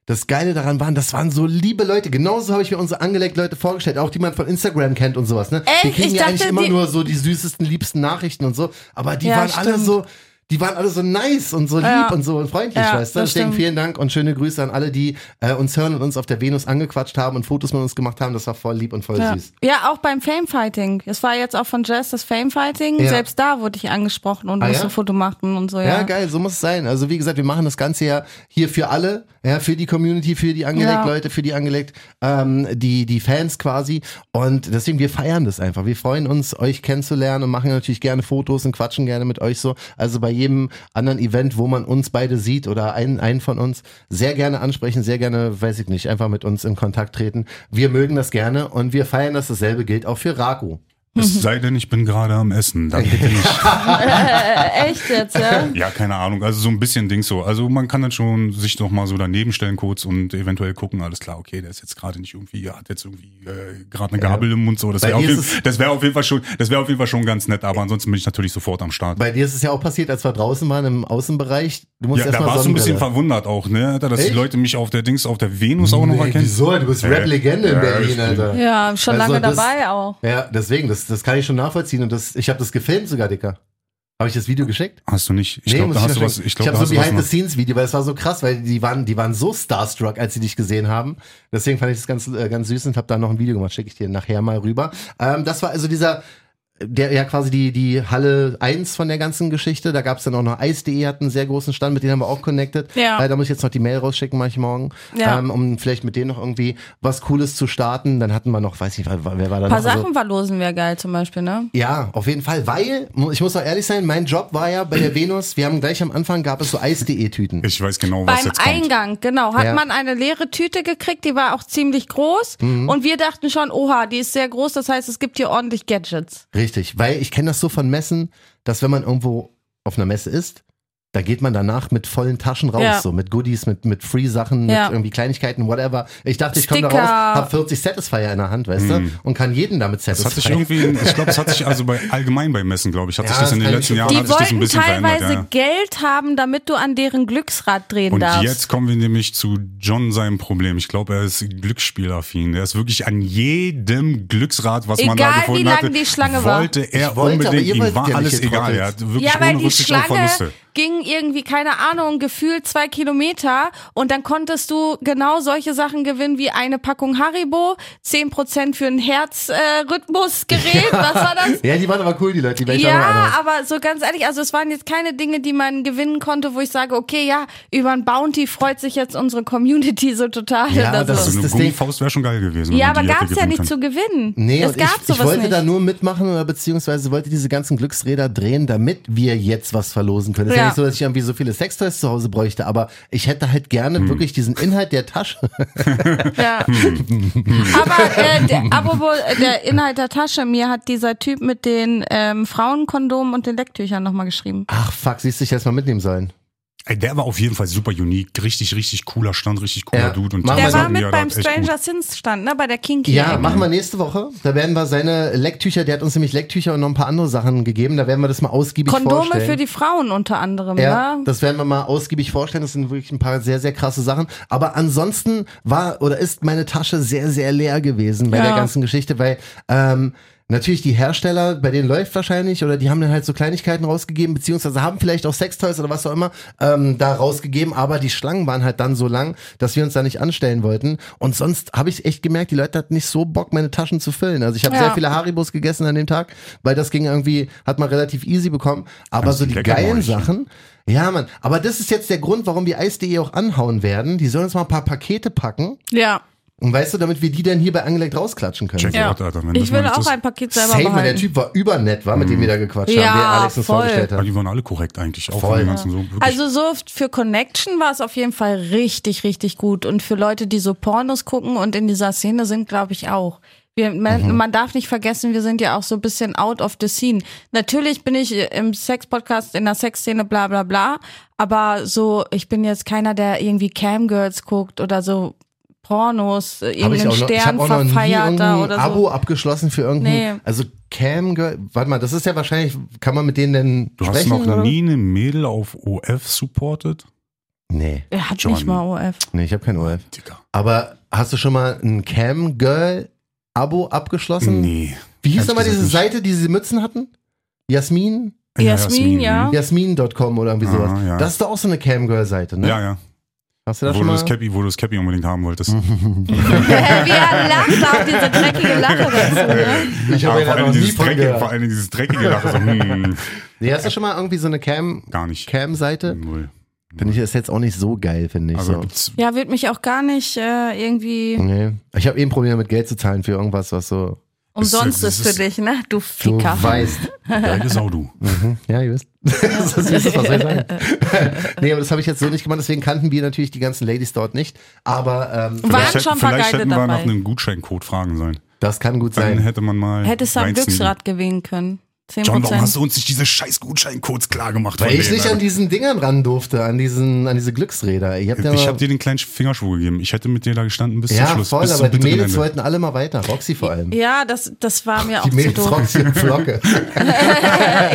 Speaker 2: Das Geile daran waren, das waren so liebe Leute. Genauso habe ich mir unsere angelegt Leute vorgestellt, auch die man von Instagram kennt und sowas. Ne?
Speaker 3: Echt?
Speaker 2: Wir kriegen
Speaker 3: Ich
Speaker 2: ja
Speaker 3: dachte,
Speaker 2: eigentlich immer
Speaker 3: die-
Speaker 2: nur so die süßesten, liebsten Nachrichten und so. Aber die
Speaker 3: Ja,
Speaker 2: waren alle
Speaker 3: stimmt.
Speaker 2: so, die waren alle so nice und so lieb
Speaker 3: Ja.
Speaker 2: und so freundlich,
Speaker 3: Ja,
Speaker 2: weißt du?
Speaker 3: das
Speaker 2: Deswegen
Speaker 3: stimmt.
Speaker 2: vielen Dank und schöne Grüße an alle, die äh, uns hören und uns auf der Venus angequatscht haben und Fotos mit uns gemacht haben. Das war voll lieb und voll
Speaker 3: Ja.
Speaker 2: süß.
Speaker 3: ja, auch beim Famefighting. Es war jetzt auch von Jess das Famefighting.
Speaker 2: Ja.
Speaker 3: Selbst da wurde ich angesprochen und
Speaker 2: Ah,
Speaker 3: musste
Speaker 2: ja?
Speaker 3: ein Foto machen und so. Ja,
Speaker 2: Ja, geil, so muss es sein. Also wie gesagt, wir machen das Ganze ja hier für alle, ja, für die Community, für die angelegt
Speaker 3: Ja.
Speaker 2: Leute, für die angelegt, ähm, die, die Fans quasi. Und deswegen, wir feiern das einfach. Wir freuen uns, euch kennenzulernen und machen natürlich gerne Fotos und quatschen gerne mit euch so. Also bei jedem anderen Event, wo man uns beide sieht oder einen, einen von uns, sehr gerne ansprechen, sehr gerne, weiß ich nicht, einfach mit uns in Kontakt treten. Wir mögen das gerne und wir feiern, dass dasselbe gilt auch für Raku.
Speaker 4: Es sei denn, ich bin gerade am Essen. Dann bitte nicht.
Speaker 3: Äh, echt jetzt, ja?
Speaker 4: ja, keine Ahnung. Also so ein bisschen Ding so. Also man kann dann schon sich noch mal so daneben stellen kurz und eventuell gucken, alles klar, okay, der ist jetzt gerade nicht irgendwie, hat jetzt irgendwie äh, gerade eine Gabel im Mund so. Das
Speaker 2: Bei
Speaker 4: wäre auf,
Speaker 2: dir ist
Speaker 4: jeden-
Speaker 2: es-
Speaker 4: das wär auf jeden Fall schon, das wäre auf jeden Fall schon ganz nett. Aber ansonsten bin ich natürlich sofort am Start.
Speaker 2: Bei dir ist es ja auch passiert, als wir draußen waren im Außenbereich. Du musst
Speaker 4: Ja, da
Speaker 2: erstmal
Speaker 4: warst du ein bisschen
Speaker 2: Sonnenbrille.
Speaker 4: verwundert auch, ne? Alter, dass die
Speaker 2: Echt?
Speaker 4: Leute mich auf der Dings, auf der Venus auch noch
Speaker 2: Nee,
Speaker 4: erkennen.
Speaker 2: Wieso? Du bist Rap-Legende in
Speaker 4: Ja,
Speaker 2: Berlin,
Speaker 4: stimmt.
Speaker 2: Alter.
Speaker 3: Ja, schon
Speaker 2: Also
Speaker 3: lange
Speaker 2: das-
Speaker 3: dabei auch.
Speaker 2: Ja, deswegen, das, das kann ich schon nachvollziehen. Und das, ich habe das gefilmt sogar, Dicker. Habe ich das Video geschickt?
Speaker 4: Hast du nicht? Ich glaube,
Speaker 2: muss
Speaker 4: da hast du
Speaker 2: mal
Speaker 4: was.
Speaker 2: schicken.
Speaker 4: Ich glaube,
Speaker 2: ich
Speaker 4: da
Speaker 2: habe
Speaker 4: hast
Speaker 2: so
Speaker 4: du was. noch-
Speaker 2: Behind-the-Scenes-Video, weil es war so krass, weil die waren, die waren so starstruck, als sie dich gesehen haben. Deswegen fand ich das ganz, äh, ganz süß und habe da noch ein Video gemacht. Schicke ich dir nachher mal rüber. Ähm, das war also dieser, der ja quasi die, die Halle 1 von der ganzen Geschichte. Da gab es dann auch noch Eis.de, hat einen sehr großen Stand, mit denen haben wir auch connected.
Speaker 3: Ja.
Speaker 2: Äh, da muss ich jetzt noch die Mail rausschicken, mache ich morgen.
Speaker 3: Ja.
Speaker 2: Ähm, um vielleicht mit denen noch irgendwie was Cooles zu starten. Dann hatten wir noch, weiß nicht, wer wer war da
Speaker 3: Ein paar
Speaker 2: noch? Also-
Speaker 3: Sachen verlosen wäre geil zum Beispiel, ne?
Speaker 2: ja, auf jeden Fall, weil, mu- ich muss auch ehrlich sein, mein Job war ja bei der Venus, wir haben gleich am Anfang gab es so Eis.de-Tüten.
Speaker 4: Ich weiß genau, was
Speaker 3: Beim
Speaker 4: jetzt kommt.
Speaker 3: Eingang, genau, hat
Speaker 2: Ja.
Speaker 3: man eine leere Tüte gekriegt, die war auch ziemlich groß
Speaker 4: Mhm.
Speaker 3: und wir dachten schon, oha, die ist sehr groß, das heißt, es gibt hier ordentlich Gadgets.
Speaker 2: Richtig, weil ich kenne das so von Messen, dass wenn man irgendwo auf einer Messe ist, da geht man danach mit vollen Taschen raus,
Speaker 3: Ja.
Speaker 2: so mit Goodies, mit, mit Free-Sachen,
Speaker 3: Ja.
Speaker 2: mit irgendwie Kleinigkeiten, whatever. Ich dachte, ich komme da
Speaker 3: Sticker.
Speaker 2: raus, hab 40 Satisfier in der Hand, weißt du, und kann jeden damit
Speaker 4: Das hat sich
Speaker 2: satisfieren.
Speaker 4: irgendwie, ich glaube, es hat sich also bei allgemein bei Messen, glaube ich, hat
Speaker 2: Ja,
Speaker 4: sich das in
Speaker 2: das
Speaker 4: den
Speaker 2: kann
Speaker 4: letzten
Speaker 2: ich-
Speaker 4: Jahren
Speaker 2: Die
Speaker 4: hat
Speaker 3: Die
Speaker 4: sich das ein
Speaker 3: wollten
Speaker 4: bisschen verändert.
Speaker 3: teilweise
Speaker 4: Ja.
Speaker 3: Geld haben, damit du an deren Glücksrad drehen
Speaker 4: Und
Speaker 3: darfst.
Speaker 4: jetzt kommen wir nämlich zu John seinem Problem. Ich glaube, er ist Glücksspielaffin. Er ist wirklich an jedem Glücksrad, was man da
Speaker 3: Egal, wie
Speaker 4: gefunden
Speaker 3: lang
Speaker 4: hatte,
Speaker 3: die Schlange war.
Speaker 4: wollte er
Speaker 2: Ich wollte, aber
Speaker 4: unbedingt,
Speaker 2: ihr
Speaker 4: ihm
Speaker 2: wolltet
Speaker 4: war
Speaker 2: ja nicht,
Speaker 4: alles
Speaker 2: ihr
Speaker 4: egal.
Speaker 2: Trottel.
Speaker 4: Er hat wirklich
Speaker 3: ja, weil
Speaker 4: ohne
Speaker 3: die
Speaker 4: Rücksicht auf
Speaker 3: Schlange,
Speaker 4: Verluste.
Speaker 3: ging irgendwie, keine Ahnung, gefühlt zwei Kilometer und dann konntest du genau solche Sachen gewinnen wie eine Packung Haribo, 10% für ein Herzrhythmusgerät, was war das?
Speaker 2: Ja, die waren aber cool, die Leute. Die
Speaker 3: ja, aber so ganz ehrlich, also es waren jetzt keine Dinge, die man gewinnen konnte, wo ich sage, okay, ja, über ein Bounty freut sich jetzt unsere Community so total.
Speaker 2: Ja,
Speaker 3: oder
Speaker 2: das
Speaker 3: so.
Speaker 2: ist
Speaker 4: So Also eine
Speaker 2: das Ding.
Speaker 4: Gummifaust wäre schon geil gewesen. wenn
Speaker 3: ja
Speaker 4: man
Speaker 3: aber
Speaker 4: die
Speaker 3: gab
Speaker 4: hätte
Speaker 3: es ja
Speaker 4: gewinnen
Speaker 3: nicht
Speaker 4: können.
Speaker 3: zu gewinnen.
Speaker 2: Nee,
Speaker 3: es
Speaker 2: und ich,
Speaker 3: gab
Speaker 2: ich
Speaker 3: sowas
Speaker 2: wollte
Speaker 3: nicht.
Speaker 2: da nur mitmachen oder beziehungsweise wollte diese ganzen Glücksräder drehen, damit wir jetzt was verlosen können. Es ist ja.
Speaker 3: Ja.
Speaker 2: nicht so, dass ich irgendwie so viele Sextoys zu Hause bräuchte, aber ich hätte halt gerne wirklich diesen Inhalt der Tasche.
Speaker 3: Ja. aber äh, der, apropos äh, der Inhalt der Tasche, mir hat dieser Typ mit den ähm, Frauenkondomen und den Lecktüchern nochmal geschrieben.
Speaker 2: Ach fuck, siehst du, ich hätte es mal mitnehmen sollen.
Speaker 4: Ey, der war auf jeden Fall super unique. Richtig, richtig cooler Stand, richtig cooler
Speaker 2: Ja.
Speaker 4: Dude.
Speaker 2: Machen
Speaker 4: Tom
Speaker 2: wir
Speaker 3: Der
Speaker 2: so.
Speaker 3: war
Speaker 4: Sawyer,
Speaker 3: mit
Speaker 4: der
Speaker 3: beim
Speaker 4: hat echt
Speaker 3: Stranger Sins Stand, ne? Bei der Kinky.
Speaker 2: Ja, machen wir nächste Woche. Da werden wir seine Lecktücher, der hat uns nämlich Lecktücher und noch ein paar andere Sachen gegeben. Da werden wir das mal ausgiebig
Speaker 3: Kondome
Speaker 2: vorstellen.
Speaker 3: für die Frauen unter anderem,
Speaker 2: Ja,
Speaker 3: ne?
Speaker 2: das werden wir mal ausgiebig vorstellen. Das sind wirklich ein paar sehr, sehr krasse Sachen. Aber ansonsten war oder ist meine Tasche sehr, sehr leer gewesen bei
Speaker 3: Ja.
Speaker 2: der ganzen Geschichte, weil ähm, natürlich die Hersteller, bei denen läuft wahrscheinlich oder die haben dann halt so Kleinigkeiten rausgegeben, beziehungsweise haben vielleicht auch Sextoys oder was auch immer ähm, da rausgegeben, aber die Schlangen waren halt dann so lang, dass wir uns da nicht anstellen wollten. Und sonst habe ich echt gemerkt, die Leute hatten nicht so Bock, meine Taschen zu füllen. Also ich habe
Speaker 3: Ja.
Speaker 2: sehr viele Haribos gegessen an dem Tag, weil das ging irgendwie, hat man relativ easy bekommen. Aber
Speaker 4: Ganz
Speaker 2: so die
Speaker 4: lecker
Speaker 2: geilen
Speaker 4: Mäulchen.
Speaker 2: Sachen. Sachen. Ja, Mann. Aber das ist jetzt der Grund, warum wir Eis.de auch anhauen werden. Die sollen uns mal ein paar Pakete packen.
Speaker 3: Ja.
Speaker 2: Und weißt du, damit wir die dann hier bei Angelegt rausklatschen können.
Speaker 4: Check
Speaker 3: Ja.
Speaker 4: out, Alter. Wenn das
Speaker 3: Ich will
Speaker 4: mal nicht
Speaker 3: auch
Speaker 4: ist-
Speaker 3: ein Paket selber
Speaker 2: Safe, Mann,
Speaker 3: behalten.
Speaker 2: der Typ war übernett, war, mit dem wir da gequatscht
Speaker 3: Ja,
Speaker 2: haben, der Alex uns
Speaker 3: voll.
Speaker 2: vorgestellt
Speaker 4: Ja,
Speaker 2: hat.
Speaker 4: die waren alle korrekt eigentlich. Auch
Speaker 2: Voll.
Speaker 4: von den ganzen so wirklich.
Speaker 3: Also so für Connection war es auf jeden Fall richtig, richtig gut. Und für Leute, die so Pornos gucken und in dieser Szene sind, glaube ich auch. Wir,
Speaker 2: Mhm.
Speaker 3: man, man darf nicht vergessen, wir sind ja auch so ein bisschen out of the scene. Natürlich bin ich im Sex-Podcast, in der Sexszene, bla bla bla. Aber so, ich bin jetzt keiner, der irgendwie Camgirls guckt oder so Pornos, äh,
Speaker 2: Hab
Speaker 3: irgendeinen
Speaker 2: noch-
Speaker 3: Stern
Speaker 2: auch noch nie
Speaker 3: verfeiert da
Speaker 2: irgendein
Speaker 3: oder so.
Speaker 2: Abo abgeschlossen für irgendein,
Speaker 3: Nee.
Speaker 2: also Cam Girl, warte mal, das ist ja wahrscheinlich, kann man mit denen denn
Speaker 4: du hast
Speaker 2: sprechen?
Speaker 4: noch
Speaker 2: oder?
Speaker 4: nie eine Mädel auf OF supported?
Speaker 2: Nee,
Speaker 3: Er hat
Speaker 4: John.
Speaker 3: nicht mal OF.
Speaker 2: nee, ich habe kein OF.
Speaker 4: Digga.
Speaker 2: Aber hast du schon mal ein Cam Girl Abo abgeschlossen?
Speaker 4: Nee.
Speaker 2: Wie hieß
Speaker 4: Ehrlich
Speaker 2: nochmal diese
Speaker 4: gesagt nicht.
Speaker 2: Seite, die diese Mützen hatten? Jasmin?
Speaker 3: Jasmin, ja.
Speaker 2: Jasmin.com oder irgendwie
Speaker 4: Ah,
Speaker 2: sowas.
Speaker 4: ja.
Speaker 2: Das ist doch auch so eine Camgirl-Seite, ne?
Speaker 4: Ja, ja.
Speaker 2: Hast du
Speaker 4: Wo
Speaker 2: da
Speaker 4: du,
Speaker 2: schon mal?
Speaker 4: das Cappy, wo du das Cappy unbedingt haben wolltest.
Speaker 3: Wie er lacht auf diese dreckige Lache dazu, ne?
Speaker 2: Ich hab
Speaker 4: Aber
Speaker 2: ihn
Speaker 4: vor
Speaker 2: da
Speaker 4: allem
Speaker 2: noch nie
Speaker 4: dieses
Speaker 2: von
Speaker 4: dreckige,
Speaker 2: gehört.
Speaker 4: vor allem dieses dreckige Lachen. So, hm,
Speaker 2: Nee, hast du schon mal irgendwie so eine Cam,
Speaker 4: gar nicht.
Speaker 2: Cam-Seite?
Speaker 4: Null.
Speaker 2: Finde ich das jetzt auch nicht so geil, finde ich.
Speaker 4: Mhm. Also
Speaker 2: So.
Speaker 4: gibt's
Speaker 3: Ja, wird mich auch gar nicht äh, irgendwie
Speaker 2: Nee. Ich habe eh ein Problem damit, Geld zu zahlen für irgendwas, was so.
Speaker 3: umsonst
Speaker 4: das
Speaker 3: ist,
Speaker 4: ist-
Speaker 3: für dich, ne? Du
Speaker 2: Du
Speaker 3: Ficker.
Speaker 2: weißt.
Speaker 4: geile Sau, du.
Speaker 2: Mhm. Ja, ihr wisst. das ist süß, was soll ich sagen? nee, aber das habe ich jetzt so nicht gemacht, deswegen kannten wir natürlich die ganzen Ladies dort nicht. Aber ähm,
Speaker 3: Waren
Speaker 4: Vielleicht,
Speaker 3: schon ein paar
Speaker 4: vielleicht
Speaker 3: Geile
Speaker 4: hätten wir
Speaker 3: dabei.
Speaker 4: nach einem Gutscheincode fragen sollen.
Speaker 2: das kann gut
Speaker 4: Dann
Speaker 2: sein.
Speaker 4: hätte man mal.
Speaker 3: Hättest du am
Speaker 4: reinziehen.
Speaker 3: Glücksrad gewinnen können. 10%.
Speaker 4: John, warum hast du uns nicht diese scheiß Gutscheincodes klar gemacht?
Speaker 2: Weil
Speaker 4: von
Speaker 2: ich
Speaker 4: denen,
Speaker 2: nicht an
Speaker 4: Alter?
Speaker 2: diesen Dingern ran durfte, an diesen, an diese Glücksräder. Ich habe ja
Speaker 4: Ich
Speaker 2: mal-
Speaker 4: habe dir den kleinen Fingerschwur gegeben. Ich hätte mit dir da gestanden bis
Speaker 2: ja,
Speaker 4: zum Schluss.
Speaker 2: voll,
Speaker 4: bis
Speaker 2: aber
Speaker 4: zum
Speaker 2: die
Speaker 4: bitteren
Speaker 2: Mädels
Speaker 4: Ende.
Speaker 2: wollten alle mal weiter. Roxy vor allem.
Speaker 3: ja, das, das war mir auch
Speaker 2: Die
Speaker 3: zu
Speaker 2: Mädels
Speaker 3: doof.
Speaker 2: Roxy und Flocke.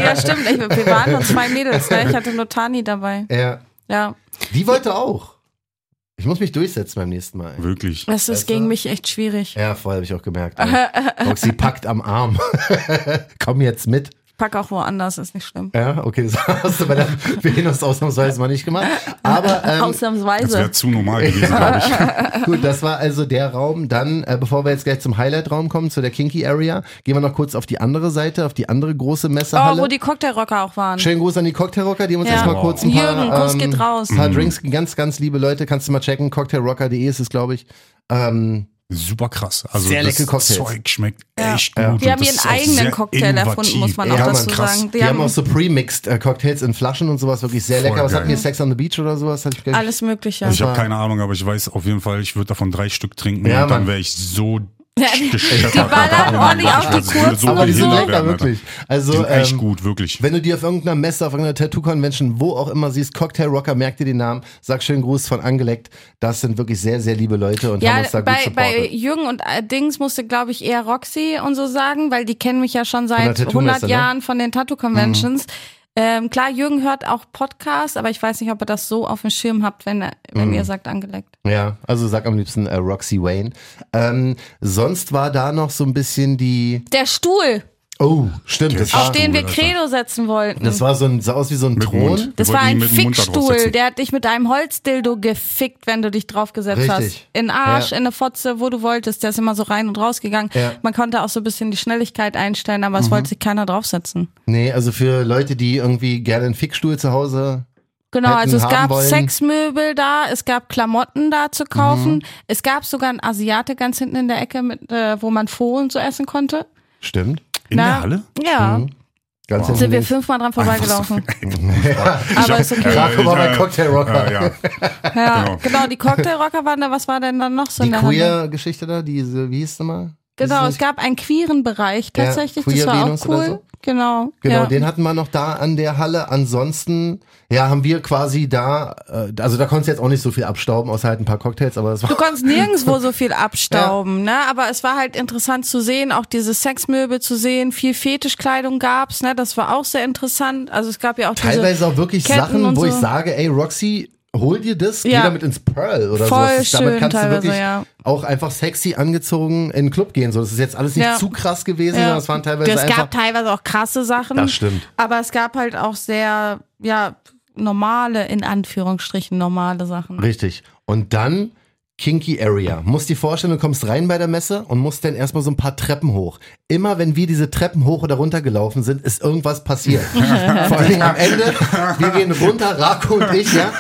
Speaker 3: ja, stimmt. Ich, wir waren nur zwei Mädels. Ne? Ich hatte nur Tani dabei.
Speaker 2: ja.
Speaker 3: Ja,
Speaker 2: Die wollte auch. Ich muss mich durchsetzen beim nächsten Mal. ey.
Speaker 4: Wirklich.
Speaker 3: es ist
Speaker 2: Weißt du?
Speaker 3: gegen mich echt schwierig.
Speaker 2: Ja, voll habe ich auch gemerkt. ey. Roxy packt am Arm. Komm jetzt mit.
Speaker 3: Ich pack auch woanders, ist nicht schlimm.
Speaker 2: Ja, okay, das hast du bei der Venus ausnahmsweise mal nicht gemacht. Aber ähm,
Speaker 4: Das
Speaker 3: Ausnahmsweise.
Speaker 4: wäre zu normal gewesen, glaube ich.
Speaker 2: Gut, das war also der Raum. Dann, äh, bevor wir jetzt gleich zum Highlight-Raum kommen, zu der Kinky Area, gehen wir noch kurz auf die andere Seite, auf die andere große
Speaker 3: Oh,
Speaker 2: Messehalle.
Speaker 3: wo die Cocktailrocker auch waren.
Speaker 2: Schönen Gruß an die Cocktailrocker, die haben uns
Speaker 3: Ja.
Speaker 2: erstmal kurz ein paar,
Speaker 3: Jürgen, Kuss
Speaker 2: ähm,
Speaker 3: geht raus. Mhm.
Speaker 2: ein paar Drinks, ganz, ganz liebe Leute, kannst du mal checken. Cocktailrocker.de ist es, glaube ich. Ähm,
Speaker 4: Super krass. Also
Speaker 2: Sehr
Speaker 4: das
Speaker 2: leckere Cocktails.
Speaker 4: Zeug schmeckt echt gut. und
Speaker 3: Die haben
Speaker 4: das
Speaker 3: ihren
Speaker 4: ist auch
Speaker 3: eigenen
Speaker 4: sehr
Speaker 3: Cocktail erfunden, muss man
Speaker 4: innovativ.
Speaker 3: auch
Speaker 4: Ja,
Speaker 3: dazu
Speaker 4: Mann, krass.
Speaker 3: sagen.
Speaker 2: Die, haben, auch so pre-mixed äh, Cocktails in Flaschen und sowas, wirklich sehr
Speaker 4: Voll
Speaker 2: lecker. Was
Speaker 4: geil.
Speaker 2: hatten wir, Sex on the Beach oder sowas? Hatte ich gleich-
Speaker 3: Alles Mögliche.
Speaker 4: Ich habe keine Ahnung, aber ich weiß auf jeden Fall, ich würde davon drei Stück trinken
Speaker 2: Ja,
Speaker 4: und dann
Speaker 2: Mann.
Speaker 4: wäre ich so
Speaker 3: Ja,
Speaker 4: geschäppert.
Speaker 3: die ballern ordentlich auf die Kurzen und
Speaker 2: aber die sind
Speaker 3: so.
Speaker 2: lecker, wirklich.
Speaker 4: Die
Speaker 2: Also,
Speaker 4: sind echt
Speaker 2: ähm,
Speaker 4: gut, wirklich.
Speaker 2: wenn du die auf irgendeiner Messe, auf irgendeiner Tattoo-Convention, wo auch immer siehst, Cocktail Rocker, merk dir den Namen, sag schönen Gruß von Angeleckt. Das sind wirklich sehr, sehr liebe Leute und haben
Speaker 3: Ja,
Speaker 2: uns da gut
Speaker 3: bei, bei
Speaker 2: supportet.
Speaker 3: Jürgen und äh, Dings musste, glaube ich, eher Roxy und so sagen, weil die kennen mich ja schon seit
Speaker 2: der
Speaker 3: 100
Speaker 2: Tattoo-Messe, ne? Mhm.
Speaker 3: Jahren von den Tattoo-Conventions. Ähm, klar, Jürgen hört auch Podcasts, aber ich weiß nicht, ob ihr das so auf dem Schirm habt, wenn, er- wenn
Speaker 2: Mhm.
Speaker 3: ihr sagt, angeleckt.
Speaker 2: Ja, also sag am liebsten äh, Roxy Wayne. Ähm, sonst war da noch so ein bisschen die
Speaker 3: Der Stuhl.
Speaker 2: Oh, stimmt. Das
Speaker 3: auf
Speaker 2: war,
Speaker 3: den wir
Speaker 4: Alter.
Speaker 3: Credo setzen wollten.
Speaker 2: das war so ein, sah aus wie so ein
Speaker 4: Mit
Speaker 2: Thron.
Speaker 4: Mund.
Speaker 3: Das
Speaker 4: Wir
Speaker 3: war
Speaker 4: wollten ihn
Speaker 3: ein
Speaker 4: mit dem Mund da
Speaker 3: Fickstuhl,
Speaker 4: draufsetzen.
Speaker 3: der hat dich mit einem Holzdildo gefickt, wenn du dich draufgesetzt hast.
Speaker 2: Richtig.
Speaker 3: In den Arsch,
Speaker 2: Ja.
Speaker 3: in eine Fotze, wo du wolltest. Der ist immer so rein und rausgegangen.
Speaker 2: Ja. Mhm.
Speaker 3: Man konnte auch so ein bisschen die Schnelligkeit einstellen, aber es wollte sich keiner draufsetzen.
Speaker 2: Nee, also für Leute, die irgendwie gerne einen Fickstuhl zu Hause.
Speaker 3: Genau,
Speaker 2: hätten
Speaker 3: also es
Speaker 2: haben
Speaker 3: gab
Speaker 2: wollen.
Speaker 3: Sexmöbel da, es gab Klamotten da zu kaufen,
Speaker 2: Mhm.
Speaker 3: es gab sogar einen Asiate ganz hinten in der Ecke, mit, äh, wo man Pho und so essen konnte.
Speaker 2: Stimmt.
Speaker 4: In
Speaker 3: Na,
Speaker 4: der Halle?
Speaker 3: Ja,
Speaker 2: Ganz
Speaker 4: Wow.
Speaker 3: sind wir
Speaker 2: hinten
Speaker 3: fünfmal dran vorbeigelaufen. Aber ist okay.
Speaker 2: Frag mal bei
Speaker 4: äh,
Speaker 2: Cocktail Rocker.
Speaker 4: Äh, ja.
Speaker 3: Ja, genau.
Speaker 4: genau.
Speaker 3: die Cocktailrocker waren da, was war denn dann noch so
Speaker 2: die
Speaker 3: in der Hand?
Speaker 2: Queer-Geschichte da, diese, wie hieß es nochmal?
Speaker 3: Genau,
Speaker 2: Dieses-
Speaker 3: es gab einen queeren Bereich
Speaker 2: Ja,
Speaker 3: tatsächlich, das
Speaker 2: Queer
Speaker 3: war
Speaker 2: Venus
Speaker 3: auch
Speaker 2: oder
Speaker 3: cool.
Speaker 2: so.
Speaker 3: Genau,
Speaker 2: Genau,
Speaker 3: ja.
Speaker 2: den hatten wir noch da an der Halle. Ansonsten, ja, haben wir quasi da, äh, also da konntest du jetzt auch nicht so viel abstauben, außer halt ein paar Cocktails, aber es war.
Speaker 3: Du konntest nirgendwo so viel abstauben, ne? Aber es war halt interessant zu sehen, auch diese Sexmöbel zu sehen, viel Fetischkleidung gab's, ne? Das war auch sehr interessant. Also es gab ja auch
Speaker 2: teilweise
Speaker 3: diese
Speaker 2: auch wirklich
Speaker 3: Ketten
Speaker 2: Sachen,
Speaker 3: und
Speaker 2: wo
Speaker 3: so.
Speaker 2: ich sage, ey, Roxy, hol dir das,
Speaker 3: Ja.
Speaker 2: geh damit ins Pearl oder
Speaker 3: Voll
Speaker 2: sowas. Damit
Speaker 3: schön
Speaker 2: kannst du
Speaker 3: teilweise,
Speaker 2: wirklich
Speaker 3: ja.
Speaker 2: auch einfach sexy angezogen in den Club gehen. So, das ist jetzt alles nicht
Speaker 3: Ja.
Speaker 2: zu krass gewesen,
Speaker 3: Ja.
Speaker 2: sondern es waren teilweise
Speaker 3: Es
Speaker 2: einfach.
Speaker 3: gab teilweise auch krasse Sachen.
Speaker 2: Das stimmt.
Speaker 3: Aber es gab halt auch sehr, ja, normale, in Anführungsstrichen normale Sachen.
Speaker 2: Richtig. Und dann Kinky Area. Musst dir vorstellen, du kommst rein bei der Messe und musst dann erstmal so ein paar Treppen hoch. Immer wenn wir diese Treppen hoch oder runter gelaufen sind, ist irgendwas passiert. Vor allen Dingen am Ende, wir gehen runter, Rako und ich, ja.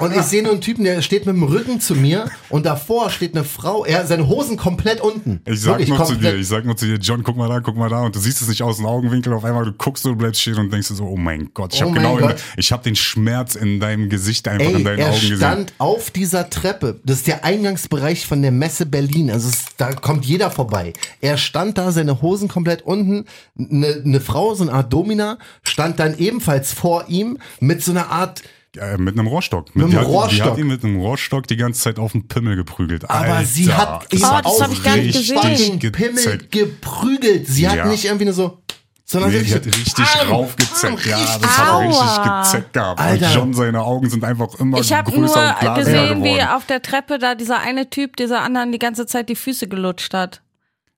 Speaker 2: Und ich sehe nur einen Typen, der steht mit dem Rücken zu mir und davor steht eine Frau, er seine Hosen komplett unten.
Speaker 4: Ich sag
Speaker 2: Wirklich
Speaker 4: nur zu
Speaker 2: komplett.
Speaker 4: dir, ich sag nur zu dir, John, guck mal da, guck mal da. Und du siehst es nicht aus dem Augenwinkel. Auf einmal, du guckst und bleibst stehen und denkst dir so, oh mein Gott, ich
Speaker 2: Oh
Speaker 4: hab
Speaker 2: mein
Speaker 4: genau, in-
Speaker 2: Gott.
Speaker 4: ich hab den Schmerz in deinem Gesicht einfach
Speaker 2: Ey,
Speaker 4: in deinen
Speaker 2: er
Speaker 4: Augen gesehen.
Speaker 2: stand auf dieser Treppe. Das ist der Eingangsbereich von der Messe Berlin. Also es, da kommt jeder vorbei. Er stand da, seine Hosen komplett unten. Eine ne Frau, so eine Art Domina, stand dann ebenfalls vor ihm mit so einer Art,
Speaker 4: Ja, mit einem Rohrstock.
Speaker 2: Mit einem
Speaker 4: die hat, Die
Speaker 2: Rohrstock.
Speaker 4: hat ihn mit einem Rohrstock die ganze Zeit auf den Pimmel geprügelt.
Speaker 2: aber
Speaker 4: Alter,
Speaker 2: sie hat ihn
Speaker 4: das
Speaker 3: Oh,
Speaker 4: hat
Speaker 3: das hab ich gar nicht
Speaker 4: richtig
Speaker 3: gesehen.
Speaker 2: fucking Pimmel
Speaker 4: gezeigt.
Speaker 2: geprügelt. Sie
Speaker 4: Ja.
Speaker 2: hat nicht irgendwie nur so, sondern
Speaker 4: Nee,
Speaker 2: wirklich
Speaker 4: die hat
Speaker 2: so,
Speaker 4: richtig
Speaker 2: Arm, Arm,
Speaker 4: raufgezeckt. Ja,
Speaker 2: richtig
Speaker 4: das hat
Speaker 3: Aua.
Speaker 4: er richtig gezeckt gehabt.
Speaker 2: Alter.
Speaker 4: Und John, seine Augen sind einfach immer
Speaker 3: Ich habe
Speaker 4: größer
Speaker 3: nur
Speaker 4: und glaser
Speaker 3: gesehen,
Speaker 4: geworden.
Speaker 3: wie auf der Treppe da dieser eine Typ dieser anderen die ganze Zeit die Füße gelutscht hat.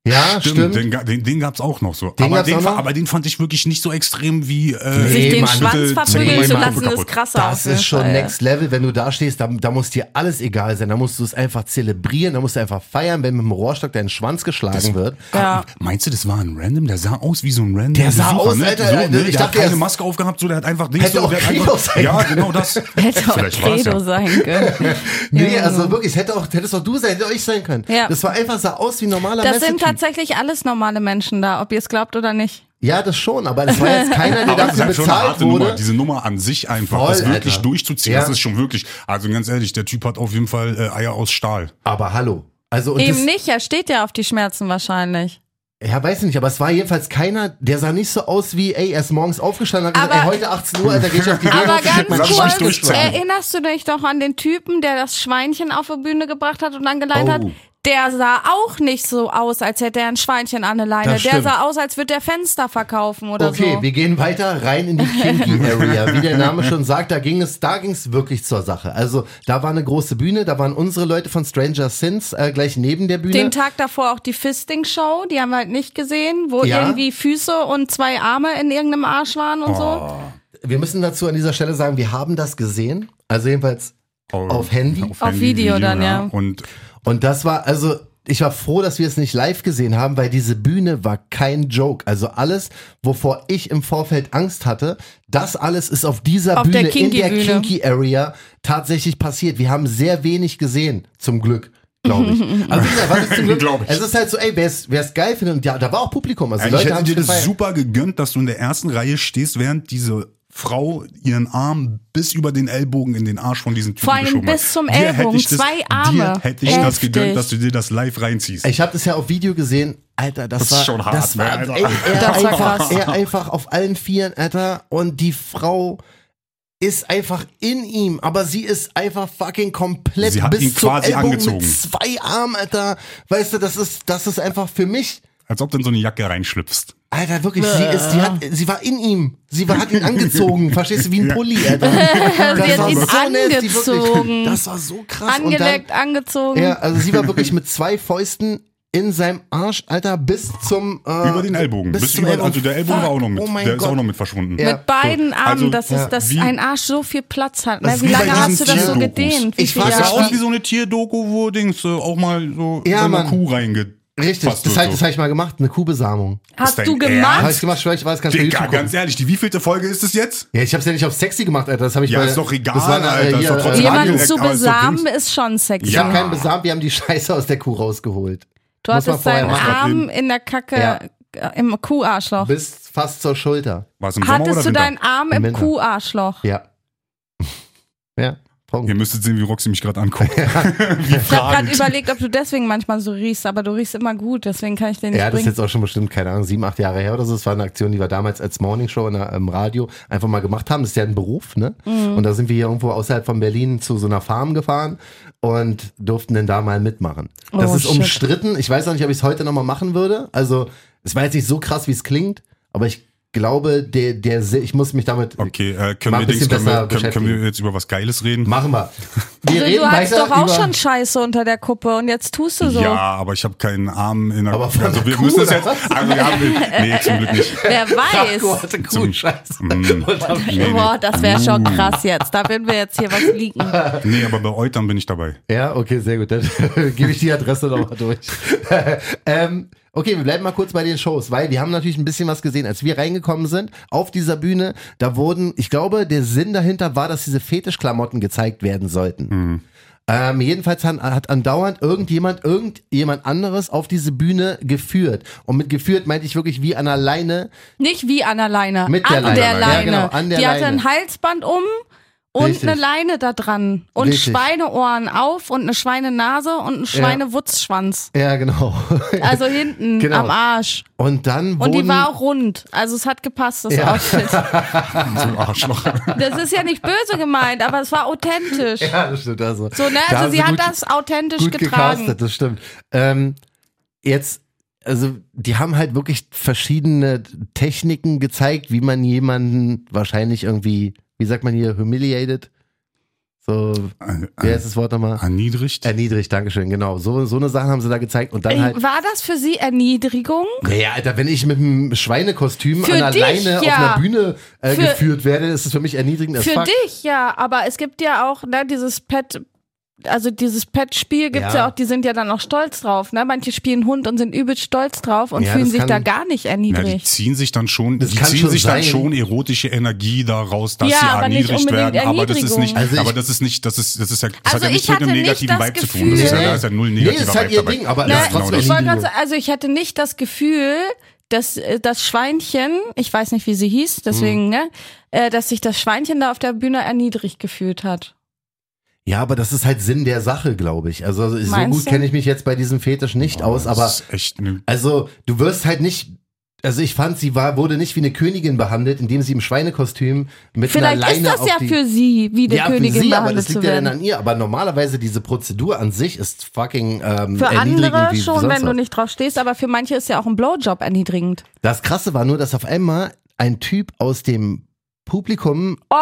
Speaker 2: Ja,
Speaker 4: Stimmt,
Speaker 2: stimmt.
Speaker 4: den, ga- den, den gab's auch noch so.
Speaker 2: Den
Speaker 4: aber,
Speaker 2: gab's
Speaker 4: den,
Speaker 2: auch
Speaker 4: fa-
Speaker 2: noch?
Speaker 4: aber den fand ich wirklich nicht so extrem wie. Äh,
Speaker 2: Sich
Speaker 3: den
Speaker 2: Mann,
Speaker 3: Schwanz
Speaker 4: bitte,
Speaker 3: verprügeln
Speaker 4: zeig
Speaker 3: zu
Speaker 4: mir mal
Speaker 3: lassen,
Speaker 4: kaputt.
Speaker 3: ist krasser. auf
Speaker 2: Das
Speaker 3: jeden
Speaker 2: ist schon
Speaker 3: Fall.
Speaker 2: Next Level, wenn du da stehst, da, da muss dir alles egal sein. Da musst du es einfach zelebrieren, da musst du einfach feiern, wenn mit dem Rohrstock dein Schwanz geschlagen wird.
Speaker 3: Ja.
Speaker 4: Meinst du, das war ein Random? Der sah aus wie so ein Random.
Speaker 2: Der sah
Speaker 4: Besucher,
Speaker 2: aus,
Speaker 4: ne?
Speaker 2: Alter,
Speaker 4: so,
Speaker 2: Alter,
Speaker 4: ne?
Speaker 2: ich
Speaker 4: Der hat
Speaker 2: dachte,
Speaker 4: keine
Speaker 2: er-
Speaker 4: Maske aufgehabt, so der hat einfach Dings.
Speaker 2: Hätte
Speaker 4: so,
Speaker 2: auch
Speaker 4: der hat
Speaker 2: Credo
Speaker 4: einfach,
Speaker 2: sein
Speaker 4: Ja,
Speaker 2: können.
Speaker 4: genau das.
Speaker 3: Hätte auch
Speaker 4: Vielleicht war's
Speaker 3: Credo
Speaker 4: ja.
Speaker 3: sein können.
Speaker 2: Nee,
Speaker 3: Ja.
Speaker 2: also wirklich, hätte auch, hättest auch du sein, hätte euch sein können.
Speaker 3: Ja.
Speaker 2: Das war einfach, sah aus wie ein normaler
Speaker 3: Das sind halt
Speaker 2: Messetyp.
Speaker 3: tatsächlich alles normale Menschen da, ob ihr es glaubt oder nicht.
Speaker 2: Ja, das schon, aber das war jetzt keiner, der
Speaker 4: Aber das ist
Speaker 2: dafür
Speaker 4: halt schon eine
Speaker 2: bezahlt
Speaker 4: harte Nummer.
Speaker 2: wurde.
Speaker 4: Diese Nummer an sich einfach,
Speaker 2: Voll,
Speaker 4: das wirklich
Speaker 2: Alter.
Speaker 4: durchzuziehen,
Speaker 2: Ja.
Speaker 4: das ist schon wirklich. Also ganz ehrlich, der Typ hat auf jeden Fall äh, Eier aus Stahl.
Speaker 2: Aber hallo. Also, und
Speaker 3: Eben
Speaker 2: das,
Speaker 3: nicht, er steht ja auf die Schmerzen wahrscheinlich.
Speaker 2: ja, weiß nicht, aber es war jedenfalls keiner, der sah nicht so aus wie, ey, er ist morgens aufgestanden, hat gesagt,
Speaker 3: Aber-
Speaker 2: ey, heute 18 Uhr, Alter, geh ich auf die Bühne
Speaker 3: Aber
Speaker 2: und krieg
Speaker 3: ganz
Speaker 2: meinen
Speaker 4: Lass mich
Speaker 2: Schwanz
Speaker 3: kurz,
Speaker 4: durchzählen.
Speaker 2: geschlagen.
Speaker 3: erinnerst du dich doch an den Typen, der das Schweinchen auf die Bühne gebracht hat und dann geleitet hat?
Speaker 2: Oh.
Speaker 3: Der sah auch nicht so aus, als hätte er ein Schweinchen an der Leine.
Speaker 2: Das
Speaker 3: Der
Speaker 2: stimmt.
Speaker 3: sah aus, als würde er Fenster verkaufen oder
Speaker 2: Okay,
Speaker 3: so.
Speaker 2: wir gehen weiter rein in die Kinky Area. Wie der Name schon sagt, da ging es, da ging es wirklich zur Sache. Also da war eine große Bühne, da waren unsere Leute von Stranger Sins äh, gleich neben der Bühne.
Speaker 3: Den Tag davor auch die Fisting-Show, die haben wir halt nicht gesehen, wo
Speaker 2: Ja. Oh.
Speaker 3: irgendwie Füße und zwei Arme in irgendeinem Arsch waren und so.
Speaker 2: Wir müssen dazu an dieser Stelle sagen, wir haben das gesehen. Also jedenfalls auf Handy.
Speaker 3: Auf Video dann, ja.
Speaker 4: Und
Speaker 2: Und das war, also, ich war froh, dass wir es nicht live gesehen haben, weil diese Bühne war kein Joke. Also alles, wovor ich im Vorfeld Angst hatte, das alles ist auf dieser
Speaker 3: Auf der
Speaker 2: Bühne, in der
Speaker 3: Kinky-Bühne.
Speaker 2: Kinky Area tatsächlich passiert. Wir haben sehr wenig gesehen, zum Glück. Glaube ich. Also, wie gesagt, was ist zum Glück?
Speaker 4: Glaub ich.
Speaker 2: Es ist halt so, ey, wer es geil findet, und ja, da war auch Publikum, also die
Speaker 4: Also ich
Speaker 2: Leute
Speaker 4: hätte
Speaker 2: haben
Speaker 4: dir das
Speaker 2: gefeiert.
Speaker 4: super gegönnt, dass du in der ersten Reihe stehst, während diese Frau ihren Arm bis über den Ellbogen in den Arsch von diesem Typen
Speaker 3: Vor allem
Speaker 4: geschoben hat.
Speaker 3: bis zum
Speaker 4: Dir hätte
Speaker 3: Ellbogen,
Speaker 4: ich das-
Speaker 3: zwei Arme.
Speaker 4: Dir hätte ich das
Speaker 3: Heftig.
Speaker 4: gegönnt, dass du dir das live reinziehst.
Speaker 2: Ich habe das ja auf Video gesehen. Alter, das,
Speaker 4: Das ist
Speaker 2: war
Speaker 4: schon hart,
Speaker 2: das
Speaker 4: ne,
Speaker 2: war,
Speaker 4: Alter?
Speaker 2: ey, er,
Speaker 3: Das war
Speaker 2: einfach,
Speaker 3: krass.
Speaker 2: er einfach auf allen Vieren, Alter, und die Frau ist einfach in ihm, aber sie ist einfach fucking komplett
Speaker 4: Sie hat
Speaker 2: bis
Speaker 4: ihn
Speaker 2: zum
Speaker 4: quasi
Speaker 2: Ellbogen mit
Speaker 4: angezogen.
Speaker 2: zwei Armen, Alter. Weißt du, das ist das ist einfach für mich,
Speaker 4: Als ob du in so eine Jacke reinschlüpfst.
Speaker 2: Alter, wirklich, sie ist sie hat sie war in ihm. Sie war, hat ihn angezogen, verstehst du, wie ein Pulli, Alter.
Speaker 3: Sie hat ihn
Speaker 2: nasty, wirklich.
Speaker 3: angezogen.
Speaker 2: Das war so krass und dann
Speaker 4: Hm?
Speaker 3: Angeleckt, angezogen.
Speaker 2: ja, also sie war wirklich mit zwei Fäusten in seinem Arsch, Alter, bis zum äh,
Speaker 4: Über den Ellbogen. Bis
Speaker 2: zum
Speaker 4: über,
Speaker 2: Ellbogen.
Speaker 4: also der Ellbogen war auch noch mit.
Speaker 2: Oh mein
Speaker 4: der ist
Speaker 2: Gott.
Speaker 4: auch noch mit verschwunden.
Speaker 2: Ja.
Speaker 3: Mit beiden Armen,
Speaker 4: Also,
Speaker 3: dass,
Speaker 4: ja.
Speaker 3: es, dass
Speaker 4: Wie-
Speaker 3: ein Arsch so viel Platz hat.
Speaker 4: Das
Speaker 2: Also
Speaker 3: Ne?
Speaker 4: ist
Speaker 3: Wie
Speaker 4: wie bei
Speaker 3: lange hast du
Speaker 4: diesen
Speaker 3: das so
Speaker 4: Tierdokus.
Speaker 3: gedehnt? Wie
Speaker 2: Ich
Speaker 3: viele
Speaker 2: weiß
Speaker 4: Das sah
Speaker 2: Ja.
Speaker 4: aus wie so eine Tierdoku, wo Dings äh, auch mal so
Speaker 2: Ja,
Speaker 4: von einer
Speaker 2: Mann.
Speaker 4: Kuh reinge.
Speaker 2: Richtig,
Speaker 4: Fast
Speaker 2: das,
Speaker 4: nur
Speaker 2: hab- das
Speaker 4: so.
Speaker 2: habe ich mal gemacht, eine Kuhbesamung.
Speaker 3: Hast
Speaker 4: dein
Speaker 3: du gemacht?
Speaker 2: Habe ich gemacht, schwör, ich weiß ganz
Speaker 4: Digga, ganz ehrlich, die wievielte Folge ist es jetzt?
Speaker 2: Ja, ich habe es ja nicht auf sexy gemacht, Alter. Das habe ich
Speaker 4: Ja,
Speaker 2: mal,
Speaker 4: ist doch egal,
Speaker 2: das war, äh,
Speaker 4: Alter, ist
Speaker 2: Hier,
Speaker 4: doch trotzdem
Speaker 2: äh,
Speaker 3: Jemanden
Speaker 4: Radioeck,
Speaker 3: zu
Speaker 4: aber ist doch
Speaker 3: besamen ist schon sexy.
Speaker 2: ich
Speaker 4: Ja.
Speaker 2: habe keinen besamt, wir haben die Scheiße aus der Kuh rausgeholt.
Speaker 3: Du
Speaker 2: Muss man
Speaker 3: hattest deinen
Speaker 2: vorher machen.
Speaker 3: Arm in der Kacke,
Speaker 2: Ja.
Speaker 3: äh, im Kuharschloch.
Speaker 2: Bis fast zur Schulter.
Speaker 4: War es im Sommer
Speaker 3: Hattest
Speaker 4: oder
Speaker 3: du
Speaker 4: Winter?
Speaker 3: deinen Arm
Speaker 2: Im
Speaker 3: im
Speaker 2: Winter.
Speaker 3: Kuharschloch?
Speaker 2: Ja. ja,
Speaker 4: Ihr
Speaker 2: Punkt.
Speaker 4: müsstet sehen, wie Roxy mich gerade anguckt. wie
Speaker 3: Ich habe gerade
Speaker 4: fragend.
Speaker 3: überlegt, ob du deswegen manchmal so riechst, aber du riechst immer gut, deswegen kann ich den nicht
Speaker 2: Ja, das ist
Speaker 3: bringen.
Speaker 2: jetzt auch schon bestimmt, keine Ahnung, sieben, acht Jahre her oder so. Das war eine Aktion, die wir damals als Morningshow in der, im Radio einfach mal gemacht haben. Das ist ja ein Beruf, ne?
Speaker 3: Mhm.
Speaker 2: Und da sind wir hier irgendwo außerhalb von Berlin zu so einer Farm gefahren und durften denn da mal mitmachen. Das
Speaker 3: Oh,
Speaker 2: ist
Speaker 3: shit.
Speaker 2: umstritten. Ich weiß auch nicht, ob ich es heute nochmal machen würde. Also, es war jetzt nicht so krass, wie es klingt, aber ich glaube, der, der, Se- ich muss mich damit
Speaker 4: Okay, äh,
Speaker 2: Mal
Speaker 4: können,
Speaker 2: ein
Speaker 4: wir
Speaker 2: bisschen
Speaker 4: Dings, können,
Speaker 2: besser
Speaker 4: wir, können, können
Speaker 2: beschäftigen.
Speaker 4: wir jetzt über was Geiles reden?
Speaker 2: machen. Wir. wir
Speaker 3: Also, du hattest
Speaker 2: weiter
Speaker 3: doch auch
Speaker 2: über-
Speaker 3: schon Scheiße unter der Kuppe und jetzt tust du so.
Speaker 4: Ja, aber ich habe keinen Arm in der
Speaker 2: Aber von
Speaker 4: Also
Speaker 2: der
Speaker 4: wir
Speaker 2: Kuh,
Speaker 4: müssen es
Speaker 2: oder
Speaker 4: jetzt.
Speaker 2: was?
Speaker 4: Also wir haben, nee, zum Glück nicht.
Speaker 3: Wer weiß.
Speaker 2: Hatte
Speaker 4: Zum-
Speaker 2: Kuhscheiße.
Speaker 4: Mm.
Speaker 3: Oh
Speaker 4: Nee, nee.
Speaker 3: Boah, das wäre
Speaker 2: Mm.
Speaker 3: schon krass jetzt. Da würden wir jetzt hier was liegen.
Speaker 4: Nee, aber bei Eutern bin ich dabei.
Speaker 2: Ja, okay, sehr gut. Dann gebe ich die Adresse nochmal durch. ähm, okay, wir bleiben mal kurz bei den Shows, weil wir haben natürlich ein bisschen was gesehen. Als wir reingekommen sind auf dieser Bühne, da wurden, ich glaube, der Sinn dahinter war, dass diese Fetischklamotten gezeigt werden sollten. Ähm, jedenfalls hat, hat andauernd irgendjemand, irgendjemand anderes auf diese Bühne geführt. Und mit geführt meinte ich wirklich wie an der Leine.
Speaker 3: Nicht wie an der Leine.
Speaker 2: Mit der
Speaker 3: an
Speaker 2: Leine.
Speaker 3: der
Speaker 2: Ja,
Speaker 3: Leine.
Speaker 2: genau, an der
Speaker 3: die hatte
Speaker 2: Leine.
Speaker 3: ein Halsband um und
Speaker 2: Richtig.
Speaker 3: eine Leine da dran. Und
Speaker 2: Richtig.
Speaker 3: Schweineohren auf und eine Schweinenase und einen Schweinewutzschwanz.
Speaker 2: Ja, genau.
Speaker 3: Also hinten
Speaker 2: Genau.
Speaker 3: am Arsch.
Speaker 2: Und dann
Speaker 3: Und
Speaker 2: wurden,
Speaker 3: die war auch rund. Also es hat gepasst, das
Speaker 2: Ja.
Speaker 3: Outfit.
Speaker 4: So ein Arschloch.
Speaker 3: Das ist ja nicht böse gemeint, aber es war authentisch.
Speaker 2: Ja, das stimmt. Also,
Speaker 3: So, ne?
Speaker 2: da
Speaker 3: Also
Speaker 2: haben
Speaker 3: sie hat
Speaker 2: gut-
Speaker 3: das authentisch
Speaker 2: gut
Speaker 3: getragen.
Speaker 2: gecastet, das stimmt. Ähm, jetzt, also die haben halt wirklich verschiedene Techniken gezeigt, wie man jemanden wahrscheinlich irgendwie, wie sagt man hier, humiliated? So, wie heißt das Wort nochmal?
Speaker 4: Erniedrigt?
Speaker 2: Erniedrigt, Dankeschön, genau. So, so eine Sache haben sie da gezeigt und dann halt.
Speaker 3: War das für sie Erniedrigung?
Speaker 2: Naja, Alter, wenn ich mit einem Schweinekostüm
Speaker 3: Für
Speaker 2: an der
Speaker 3: dich,
Speaker 2: Leine auf
Speaker 3: ja.
Speaker 2: einer Bühne äh,
Speaker 3: Für-
Speaker 2: geführt werde, ist es für mich erniedrigend as
Speaker 3: Für
Speaker 2: fuck.
Speaker 3: dich, ja, aber es gibt ja auch, ne, dieses Pet, also dieses Pet-Spiel gibt's
Speaker 2: Ja.
Speaker 3: ja. auch, die sind ja dann auch stolz drauf, ne? Manche spielen Hund und sind übel stolz drauf und
Speaker 2: Ja,
Speaker 3: fühlen
Speaker 2: das
Speaker 3: sich
Speaker 2: kann-
Speaker 3: da gar nicht
Speaker 4: Ja, die
Speaker 3: erniedrigt.
Speaker 4: ziehen sich dann schon, die
Speaker 2: Das kann
Speaker 4: ziehen
Speaker 2: schon
Speaker 4: sich dann
Speaker 2: sein.
Speaker 4: schon erotische Energie daraus, dass
Speaker 3: Ja,
Speaker 4: sie
Speaker 3: aber nicht
Speaker 4: erniedrigt
Speaker 3: unbedingt
Speaker 4: werden. Aber das ist nicht,
Speaker 3: Erniedrigung.
Speaker 2: Also ich-
Speaker 4: aber das ist nicht, das ist, das ist ja, das
Speaker 3: Also
Speaker 4: hat ja
Speaker 3: ich
Speaker 4: nichts mit einem
Speaker 3: hatte nicht
Speaker 4: negativen
Speaker 3: das
Speaker 4: Vibe zu tun. Das
Speaker 3: Gefühl-
Speaker 4: ist ja, da ist ja null
Speaker 2: Nee,
Speaker 4: negativer
Speaker 2: das ist halt
Speaker 4: Vibe
Speaker 2: ihr
Speaker 4: dabei.
Speaker 2: Ding, aber
Speaker 4: ja,
Speaker 2: das
Speaker 3: Ne,
Speaker 2: ist
Speaker 4: genau
Speaker 2: trotzdem
Speaker 4: das.
Speaker 3: ich wollte gerade
Speaker 2: Erniedrigung.
Speaker 3: sagen, also ich hatte nicht das Gefühl, dass äh, das Schweinchen, ich weiß nicht, wie sie hieß,
Speaker 2: Hm.
Speaker 3: deswegen, ne, äh, dass sich das Schweinchen da auf der Bühne erniedrigt gefühlt hat.
Speaker 2: Ja, aber das ist halt Sinn der Sache, glaube ich. Also so
Speaker 3: Meinst
Speaker 2: gut
Speaker 3: du?
Speaker 2: kenne ich mich jetzt bei diesem Fetisch nicht aus,
Speaker 4: Oh, Ah, Das
Speaker 2: aber
Speaker 4: ist echt eine,
Speaker 2: Also, du wirst halt nicht. Also ich fand, sie war, wurde nicht wie eine Königin behandelt, indem sie im Schweinekostüm mit einer
Speaker 3: Vielleicht
Speaker 2: Leine
Speaker 3: ist das
Speaker 2: auf
Speaker 3: ja
Speaker 2: die,
Speaker 3: für sie, wie die
Speaker 2: ja,
Speaker 3: Königin
Speaker 2: für sie, aber
Speaker 3: behandelt
Speaker 2: das
Speaker 3: zu
Speaker 2: liegt ja
Speaker 3: werden.
Speaker 2: dann an ihr. Aber normalerweise diese Prozedur an sich ist fucking ähm,
Speaker 3: Für
Speaker 2: erniedrigend
Speaker 3: andere
Speaker 2: wie
Speaker 3: schon,
Speaker 2: sonst
Speaker 3: wenn du
Speaker 2: was.
Speaker 3: nicht drauf stehst, aber für manche ist ja auch ein Blowjob erniedrigend.
Speaker 2: Das Krasse war nur, dass auf einmal ein Typ aus dem Publikum
Speaker 3: Oh,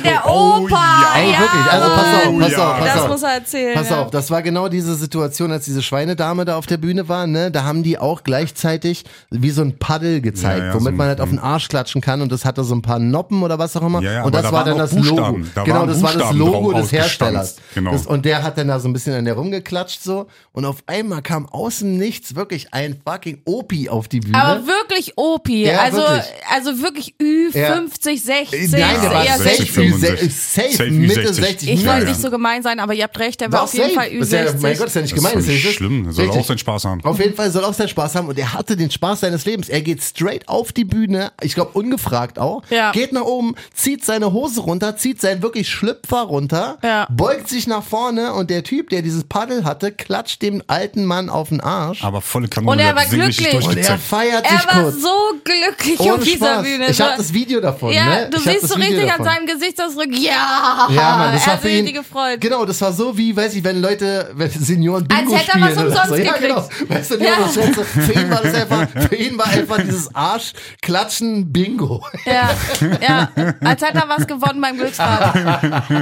Speaker 3: der
Speaker 4: oh,
Speaker 3: Opa!
Speaker 4: ja.
Speaker 2: Ey,
Speaker 3: ja, Oh
Speaker 2: wirklich, also pass auf,
Speaker 4: Mann.
Speaker 2: pass
Speaker 4: Ja.
Speaker 2: auf, pass
Speaker 3: das
Speaker 2: auf.
Speaker 3: muss er erzählen.
Speaker 2: Pass
Speaker 3: ja.
Speaker 2: auf, das war genau diese Situation, als diese Schweinedame da auf der Bühne war, ne? Da haben die auch gleichzeitig wie so ein Paddel gezeigt,
Speaker 4: Ja, ja,
Speaker 2: womit
Speaker 4: so
Speaker 2: man
Speaker 4: ein-
Speaker 2: halt auf den Arsch klatschen kann und das hatte so ein paar Noppen oder was auch immer.
Speaker 4: Ja, ja,
Speaker 2: und
Speaker 4: aber
Speaker 2: das
Speaker 4: da
Speaker 2: war
Speaker 4: waren
Speaker 2: dann
Speaker 4: auch
Speaker 2: das
Speaker 4: Buchstaben.
Speaker 2: Logo.
Speaker 4: Da
Speaker 2: genau,
Speaker 4: waren
Speaker 2: das war das
Speaker 4: Buchstaben
Speaker 2: Logo
Speaker 4: drauf
Speaker 2: des Herstellers.
Speaker 4: ausgestanzt, genau.
Speaker 2: Das, und der hat dann da so ein bisschen an der rumgeklatscht so und auf einmal kam außen nichts wirklich ein fucking Opi auf die Bühne.
Speaker 3: Aber wirklich Opi,
Speaker 2: Ne? Ja,
Speaker 3: also,
Speaker 2: wirklich.
Speaker 3: also wirklich Ü50,
Speaker 2: Ja.
Speaker 3: 60,
Speaker 2: Äh, Nein, der war
Speaker 3: eher
Speaker 2: safe,
Speaker 3: 60.
Speaker 4: 60, 65.
Speaker 2: safe,
Speaker 4: Safe
Speaker 2: Mitte
Speaker 4: 60.
Speaker 2: 60.
Speaker 3: Ich
Speaker 2: Ja,
Speaker 3: will
Speaker 2: ja.
Speaker 3: nicht so gemein sein, aber ihr habt recht, der war
Speaker 2: Doch,
Speaker 3: auf jeden
Speaker 2: safe.
Speaker 3: Fall
Speaker 2: Ist ja,
Speaker 3: Ü60.
Speaker 2: mein Gott, ist ja nicht
Speaker 4: Das ist
Speaker 2: gemein.
Speaker 4: doch
Speaker 2: ist ja
Speaker 4: nicht
Speaker 2: richtig.
Speaker 4: schlimm. Er soll
Speaker 2: Richtig.
Speaker 4: auch seinen Spaß haben.
Speaker 2: Auf
Speaker 3: Mhm.
Speaker 2: jeden Fall soll auch seinen Spaß haben und er hatte den Spaß seines Lebens. Er geht straight auf die Bühne, ich glaube ungefragt auch,
Speaker 3: Ja.
Speaker 2: geht nach oben, zieht seine Hose runter, zieht seinen wirklich Schlüpfer runter,
Speaker 3: Ja.
Speaker 2: beugt sich nach vorne und der Typ, der dieses Paddel hatte, klatscht dem alten Mann auf den Arsch.
Speaker 4: aber volle Kanone.
Speaker 3: Und er
Speaker 4: der
Speaker 3: war
Speaker 4: hat sich richtig
Speaker 3: glücklich.
Speaker 2: und er
Speaker 4: durchgezeigt.
Speaker 2: feiert
Speaker 3: Er
Speaker 2: sich
Speaker 3: war war so glücklich
Speaker 2: Ohne
Speaker 3: auf dieser
Speaker 2: Spaß.
Speaker 3: Bühne.
Speaker 2: Ich habe das Video davon.
Speaker 3: ja,
Speaker 2: ne?
Speaker 3: du
Speaker 2: ich hab
Speaker 3: siehst
Speaker 2: das
Speaker 3: so
Speaker 2: Video
Speaker 3: richtig
Speaker 2: davon.
Speaker 3: an seinem Gesichtsausdruck. Ja,
Speaker 2: Ja, Mann, das war
Speaker 3: er hat
Speaker 2: für
Speaker 3: sich
Speaker 2: ihn,
Speaker 3: richtig gefreut.
Speaker 2: Genau, das war so wie, weiß ich, wenn Leute, wenn Senioren Bingo
Speaker 3: Als hätte er was
Speaker 2: spielen oder
Speaker 3: umsonst
Speaker 2: so. Ja, genau.
Speaker 3: gekriegt.
Speaker 2: Weißt du, die haben das letzte- für ihn war das einfach, für ihn war einfach dieses Arsch-Klatschen Bingo.
Speaker 3: Ja,
Speaker 2: Genau.
Speaker 3: ja, als hätte er was gewonnen beim Glücksrad.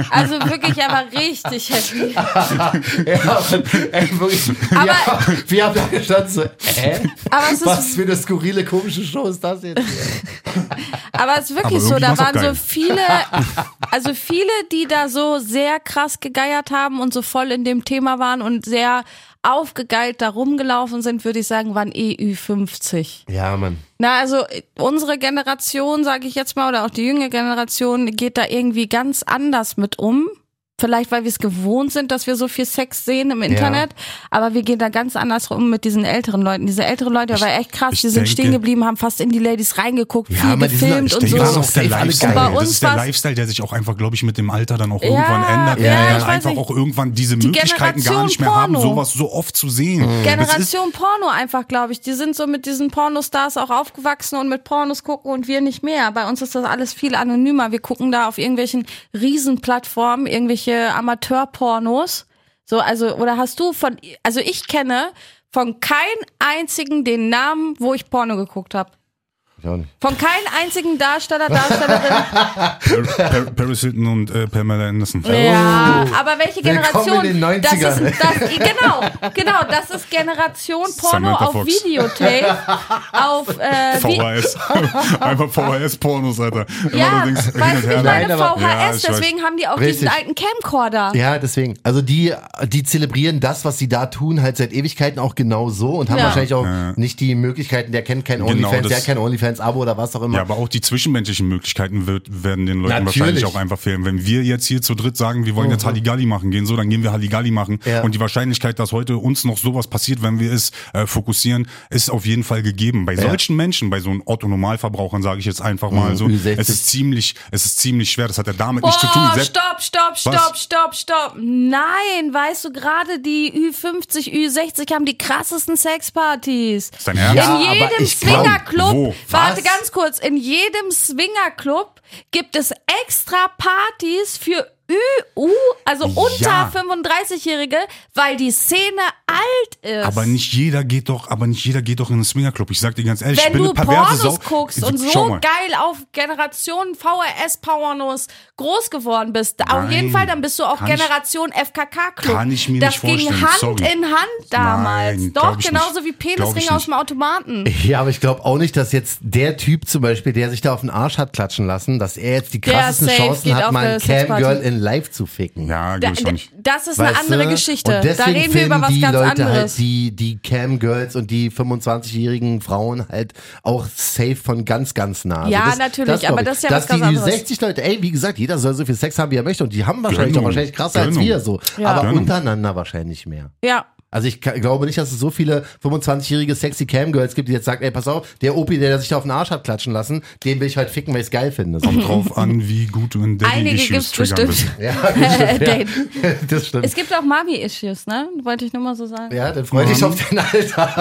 Speaker 3: Also wirklich, er war richtig happy.
Speaker 2: Ja, Mann, ey, wirklich.
Speaker 3: Aber-
Speaker 2: wir, haben, wir haben da gestanden so, äh?
Speaker 3: Aber es ist-
Speaker 2: Was für eine skurrile, komische Show ist das jetzt?
Speaker 3: Aber es ist
Speaker 4: Aber
Speaker 3: wirklich so,
Speaker 4: irgendwie
Speaker 3: da
Speaker 4: war's auch
Speaker 3: waren so
Speaker 4: geil.
Speaker 3: viele, also viele, die da so sehr krass gegeiert haben und so voll in dem Thema waren und sehr aufgegeilt da rumgelaufen sind, würde ich sagen, waren E EU50.
Speaker 2: Ja, Mann.
Speaker 3: Na, also äh, unsere Generation, sage ich jetzt mal, oder auch die jüngere Generation geht da irgendwie ganz anders mit um. Vielleicht, weil wir es gewohnt sind, dass wir so viel Sex sehen im Internet, aber wir gehen da ganz anders um mit diesen älteren Leuten. Diese älteren Leute, aber echt krass,
Speaker 4: ich
Speaker 3: die sind
Speaker 4: denke-
Speaker 3: stehen geblieben, haben fast in die Ladies reingeguckt,
Speaker 2: Ja,
Speaker 3: viel
Speaker 2: aber die sind-
Speaker 3: gefilmt
Speaker 2: ich
Speaker 3: und
Speaker 2: denke,
Speaker 4: denke,
Speaker 2: die
Speaker 4: das ist
Speaker 2: waren
Speaker 3: so.
Speaker 4: auch der
Speaker 2: safe alle
Speaker 4: Lifestyle.
Speaker 2: geil. Und bei
Speaker 4: Das
Speaker 3: uns
Speaker 4: ist der
Speaker 3: war's-
Speaker 4: Lifestyle, der sich auch einfach, glaube ich, mit dem Alter dann auch
Speaker 3: Ja,
Speaker 4: irgendwann ändert.
Speaker 3: ja,
Speaker 4: wenn wir
Speaker 3: ich
Speaker 4: dann
Speaker 3: weiß
Speaker 4: einfach
Speaker 3: nicht.
Speaker 4: auch irgendwann diese
Speaker 3: Die
Speaker 4: Möglichkeiten gar nicht mehr
Speaker 3: Generation
Speaker 4: haben,
Speaker 3: Porno.
Speaker 4: sowas so oft zu
Speaker 2: Mhm.
Speaker 4: sehen. Mhm. Das ist,
Speaker 3: Generation Porno einfach, glaube ich. Die sind so mit diesen Pornostars auch aufgewachsen und mit Pornos gucken und wir nicht mehr. Bei uns ist das alles viel anonymer. Wir gucken da auf irgendwelchen Riesenplattformen, irgendwelche Amateurpornos. So, also, oder hast du von, also ich kenne von keinem einzigen den Namen, wo ich Porno geguckt habe. Von keinem einzigen Darsteller, Darstellerin.
Speaker 4: Per- Per- Paris Hilton und äh, Pamela Anderson.
Speaker 3: Ja, Ah, aber welche
Speaker 2: Willkommen
Speaker 3: Generation?
Speaker 2: in den
Speaker 3: das ist
Speaker 2: 90ern.
Speaker 3: das, genau, genau, das ist Generation Porno
Speaker 4: Samantha
Speaker 3: auf
Speaker 4: Fox.
Speaker 3: Videotape, auf äh, Vi-
Speaker 4: VHS. Einfach VHS-Pornos, Alter. Immer
Speaker 3: ja,
Speaker 4: nur links hin
Speaker 3: weißt
Speaker 4: und
Speaker 3: du,
Speaker 4: her.
Speaker 3: ich meine
Speaker 2: Nein, aber-
Speaker 3: VHS,
Speaker 4: Ja, ich
Speaker 3: deswegen haben die auch diesen
Speaker 2: Richtig.
Speaker 3: alten Camcorder.
Speaker 2: Ja, deswegen. Also die, die zelebrieren das, was sie da tun, halt seit Ewigkeiten auch genau so und haben
Speaker 3: Ja.
Speaker 2: wahrscheinlich auch nicht die Möglichkeiten, der kennt kein
Speaker 4: Genau,
Speaker 2: OnlyFans, der
Speaker 4: das-
Speaker 2: hat kein OnlyFans-Abo oder was auch immer.
Speaker 4: Ja, aber auch die zwischenmenschlichen Möglichkeiten wird, werden den Leuten
Speaker 2: Natürlich. Mhm.
Speaker 4: wahrscheinlich auch einfach fehlen. Wenn wir jetzt hier zu dritt sagen, wir wollen jetzt Halligalli machen, gehen so, dann gehen wir Halligalli machen.
Speaker 2: Ja.
Speaker 4: Und die Wahrscheinlichkeit, dass heute uns noch sowas passiert, wenn wir es äh, fokussieren, ist auf jeden Fall gegeben. Bei solchen Menschen, bei so einem Otto-Normalverbrauchern, sage ich jetzt einfach mal so,
Speaker 2: Ü60.
Speaker 4: es ist ziemlich, es ist ziemlich schwer. Das hat ja damit nichts zu tun.
Speaker 3: Boah,
Speaker 4: Selbst-
Speaker 3: stopp, stopp, stopp,
Speaker 4: Was?
Speaker 3: stopp, stopp. Nein, weißt du, gerade die Ü50, Ü60 haben die krassesten Sexpartys.
Speaker 4: Ist dein Ernst?
Speaker 2: Ja,
Speaker 3: in
Speaker 2: aber
Speaker 3: jedem
Speaker 2: ich glaub-
Speaker 4: Wo?
Speaker 3: Swingerclub, warte
Speaker 2: Was?
Speaker 3: ganz kurz, in jedem Swingerclub gibt es extra Partys für Ü, U, also unter
Speaker 4: Ja.
Speaker 3: 35-Jährige, weil die Szene alt ist.
Speaker 4: Aber nicht jeder geht doch, aber nicht jeder geht doch in einen Swingerclub. Ich sag dir ganz ehrlich, ich
Speaker 3: Wenn
Speaker 4: bin
Speaker 3: du
Speaker 4: eine perverse
Speaker 3: Pornos
Speaker 4: Sau. Äh,
Speaker 3: guckst und
Speaker 4: Schau
Speaker 3: so
Speaker 4: mal.
Speaker 3: geil auf Generation VRS-Pornos groß geworden bist, auf
Speaker 4: Nein.
Speaker 3: jeden Fall, dann bist du auch
Speaker 4: Kann ich-
Speaker 3: Generation FKK-Club.
Speaker 4: Kann ich mir
Speaker 3: das
Speaker 4: nicht
Speaker 3: ging
Speaker 4: vorstellen,
Speaker 3: Hand
Speaker 4: sorry.
Speaker 3: in Hand damals.
Speaker 4: Nein,
Speaker 3: Doch,
Speaker 4: glaub ich
Speaker 3: genauso
Speaker 4: nicht.
Speaker 3: wie
Speaker 4: Glaub ich
Speaker 3: Penisringe aus
Speaker 4: nicht.
Speaker 3: dem Automaten.
Speaker 2: Ja, aber ich glaube auch nicht, dass jetzt der Typ zum Beispiel, der sich da auf den Arsch hat klatschen lassen, dass er jetzt die
Speaker 3: Der
Speaker 2: krassesten
Speaker 3: safe
Speaker 2: Chancen
Speaker 3: geht auf
Speaker 2: hat, mal
Speaker 3: eine
Speaker 2: ein Camgirl
Speaker 3: Sexparty.
Speaker 2: in Live zu ficken.
Speaker 4: Ja,
Speaker 3: Da,
Speaker 4: glaub ich auch nicht.
Speaker 3: das ist eine
Speaker 2: Weißt
Speaker 3: andere
Speaker 2: du?
Speaker 3: Geschichte.
Speaker 2: Und
Speaker 3: Da
Speaker 2: deswegen
Speaker 3: reden wir über
Speaker 2: finden
Speaker 3: was
Speaker 2: die
Speaker 3: ganz
Speaker 2: Leute
Speaker 3: anderes.
Speaker 2: Halt die die Cam-Girls und die 25-jährigen Frauen halt auch safe von ganz, ganz nah. Also
Speaker 3: Ja,
Speaker 2: das,
Speaker 3: natürlich,
Speaker 2: das glaub
Speaker 3: aber
Speaker 2: ich.
Speaker 3: das ist ja
Speaker 2: Dass
Speaker 3: was ganz
Speaker 2: die
Speaker 3: anderes.
Speaker 2: 60 Leute, ey, wie gesagt, jeder soll so viel Sex haben, wie er möchte und die haben wahrscheinlich
Speaker 4: Gönnung.
Speaker 2: auch wahrscheinlich krasser als
Speaker 4: Gönnung.
Speaker 2: wir so.
Speaker 3: Ja.
Speaker 2: Aber
Speaker 4: Gönnung.
Speaker 2: untereinander wahrscheinlich mehr.
Speaker 3: ja.
Speaker 2: Also ich ka- glaube nicht, dass es so viele 25-jährige sexy Cam-Girls gibt, die jetzt sagen, ey, pass auf, der Opi, der sich da auf den Arsch hat klatschen lassen, den will ich halt ficken, weil ich es geil finde. So.
Speaker 4: Drauf an, wie gut du in
Speaker 3: Einige
Speaker 4: Daddy-Issues
Speaker 3: gibt's
Speaker 4: triggern bist.
Speaker 3: bestimmt.
Speaker 2: Ja, das stimmt.
Speaker 3: Date.
Speaker 2: Ja, das stimmt.
Speaker 3: Es gibt auch Mami-Issues, ne? Wollte ich nur mal so sagen.
Speaker 2: Ja, dann freue ich mich auf den Alter.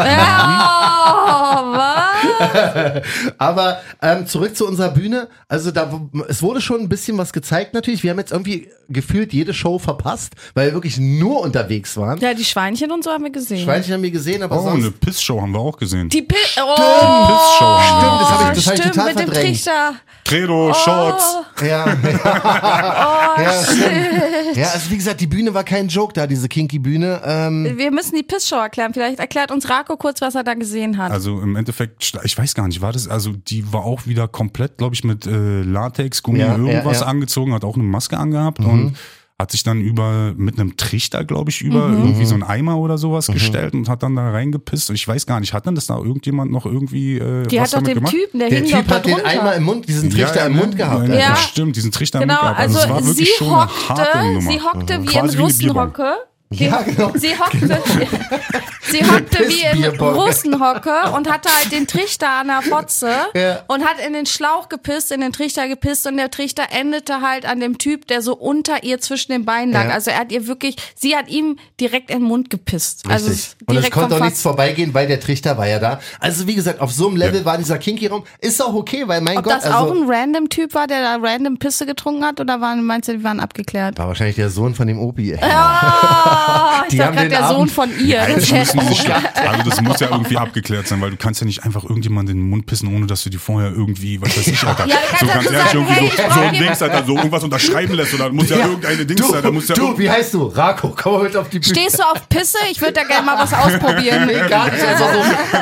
Speaker 3: Oh, was?
Speaker 2: Aber ähm, zurück zu unserer Bühne. Also da, es wurde schon ein bisschen was gezeigt natürlich. Wir haben jetzt irgendwie gefühlt jede Show verpasst, weil wir wirklich nur unterwegs waren.
Speaker 3: Ja, die Schweinchen und so haben wir gesehen.
Speaker 2: Schweinchen haben wir gesehen, aber
Speaker 4: Oh,
Speaker 2: Also sonst...
Speaker 4: eine Pissshow haben wir auch gesehen.
Speaker 3: Die Pi oh,
Speaker 4: Pissshow haben wir
Speaker 2: Stimmt, das
Speaker 4: auch
Speaker 2: hab
Speaker 4: gesehen.
Speaker 2: ich- hab
Speaker 3: stimmt,
Speaker 2: total
Speaker 3: mit dem
Speaker 2: verdrängt.
Speaker 3: Trichter.
Speaker 4: Credo,
Speaker 3: Oh.
Speaker 4: Shorts.
Speaker 2: Ja,
Speaker 4: Oh,
Speaker 2: ja, stimmt. ja, also wie gesagt, die Bühne war kein Joke da, diese Kinky-Bühne. Ähm,
Speaker 3: Wir müssen die Pissshow erklären. Vielleicht erklärt uns Rako kurz, was er da gesehen hat.
Speaker 4: Also im Endeffekt, ich weiß gar nicht, war das, also die war auch wieder komplett, glaube ich, mit äh, Latex, Gummi,
Speaker 2: Ja, ja,
Speaker 4: irgendwas
Speaker 2: ja. Mhm.
Speaker 4: angezogen, hat auch eine Maske angehabt und hat sich dann über, mit einem Trichter, glaube ich, über
Speaker 3: Mhm.
Speaker 4: irgendwie
Speaker 2: Mhm.
Speaker 4: so einen Eimer oder sowas gestellt und hat dann da reingepisst. Ich weiß gar nicht, hat dann das da irgendjemand noch irgendwie äh,
Speaker 3: die
Speaker 4: was
Speaker 3: hat doch
Speaker 4: damit
Speaker 3: den
Speaker 4: gemacht?
Speaker 3: Typen, der,
Speaker 2: der
Speaker 3: hing
Speaker 2: Typ
Speaker 3: doch
Speaker 2: hat
Speaker 3: da
Speaker 2: den
Speaker 3: drunter.
Speaker 2: Eimer im Mund, diesen Trichter im
Speaker 4: ne?
Speaker 2: Mund gehabt.
Speaker 4: Ja,
Speaker 2: Ja.
Speaker 3: Ja.
Speaker 4: Stimmt, diesen Trichter im
Speaker 3: Genau,
Speaker 4: Mund gehabt.
Speaker 3: also
Speaker 4: es war
Speaker 3: sie
Speaker 4: wirklich schon eine harte
Speaker 3: hockte,
Speaker 2: Also
Speaker 4: Nummer.
Speaker 3: sie hockte wie im
Speaker 4: Quasi wie eine Bierbank.
Speaker 3: Russenhocke Sie,
Speaker 2: Ja, genau.
Speaker 3: sie hockte, sie hockte wie in
Speaker 2: Pissbierbock.
Speaker 3: Russenhocke und hatte halt den Trichter an der Fotze
Speaker 2: Ja.
Speaker 3: und hat in den Schlauch gepisst, in den Trichter gepisst und der Trichter endete halt an dem Typ, der so unter ihr zwischen den Beinen lag.
Speaker 2: Ja.
Speaker 3: Also er hat ihr wirklich, sie hat ihm direkt in den Mund gepisst. Also
Speaker 2: Richtig. Und es
Speaker 3: direkt
Speaker 2: konnte
Speaker 3: vom
Speaker 2: auch nichts
Speaker 3: Fass.
Speaker 2: vorbeigehen, weil der Trichter war ja da. Also wie gesagt, auf so einem Level
Speaker 4: Ja.
Speaker 2: war dieser Kinky-Raum. Ist auch okay, weil mein
Speaker 3: Ob
Speaker 2: Gott,
Speaker 3: das
Speaker 2: also
Speaker 3: auch ein random Typ war, der da random Pisse getrunken hat oder waren, meinst du, die waren abgeklärt?
Speaker 2: war wahrscheinlich der Sohn von dem Opi. Ey.
Speaker 3: Ah, ich
Speaker 2: Die
Speaker 3: dachte
Speaker 2: haben
Speaker 3: gerade
Speaker 2: den
Speaker 3: der Sohn
Speaker 2: Abend-
Speaker 3: von ihr.
Speaker 4: Nein,
Speaker 3: Das
Speaker 4: das,
Speaker 3: wär-
Speaker 4: müssen sie sich, also das muss ja irgendwie abgeklärt sein, weil du kannst ja nicht einfach irgendjemanden in den Mund pissen, ohne dass du die vorher irgendwie, was weiß ich, Alter,
Speaker 3: Ja, du kannst
Speaker 4: so
Speaker 3: ja
Speaker 4: ganz
Speaker 3: so
Speaker 4: ehrlich,
Speaker 3: sagen,
Speaker 4: irgendwie
Speaker 3: hey, ich
Speaker 4: so, so
Speaker 3: brauch
Speaker 4: ein
Speaker 3: hier-
Speaker 4: Dings, Alter, so irgendwas unterschreiben lässt oder muss ja, irgendeine Dings
Speaker 2: du,
Speaker 4: sein, da muss ja
Speaker 2: du,
Speaker 4: irgend-
Speaker 2: wie heißt du? Rako, komm mal mit auf die Bühne.
Speaker 3: Stehst du auf Pisse? Ich würde da gerne mal was ausprobieren.
Speaker 2: Nee, gar nicht. Also so,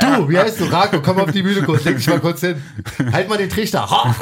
Speaker 2: du, du, wie heißt du? Rako, komm auf die Bühne kurz, leg dich mal kurz hin. Halt mal den Trichter. Ha!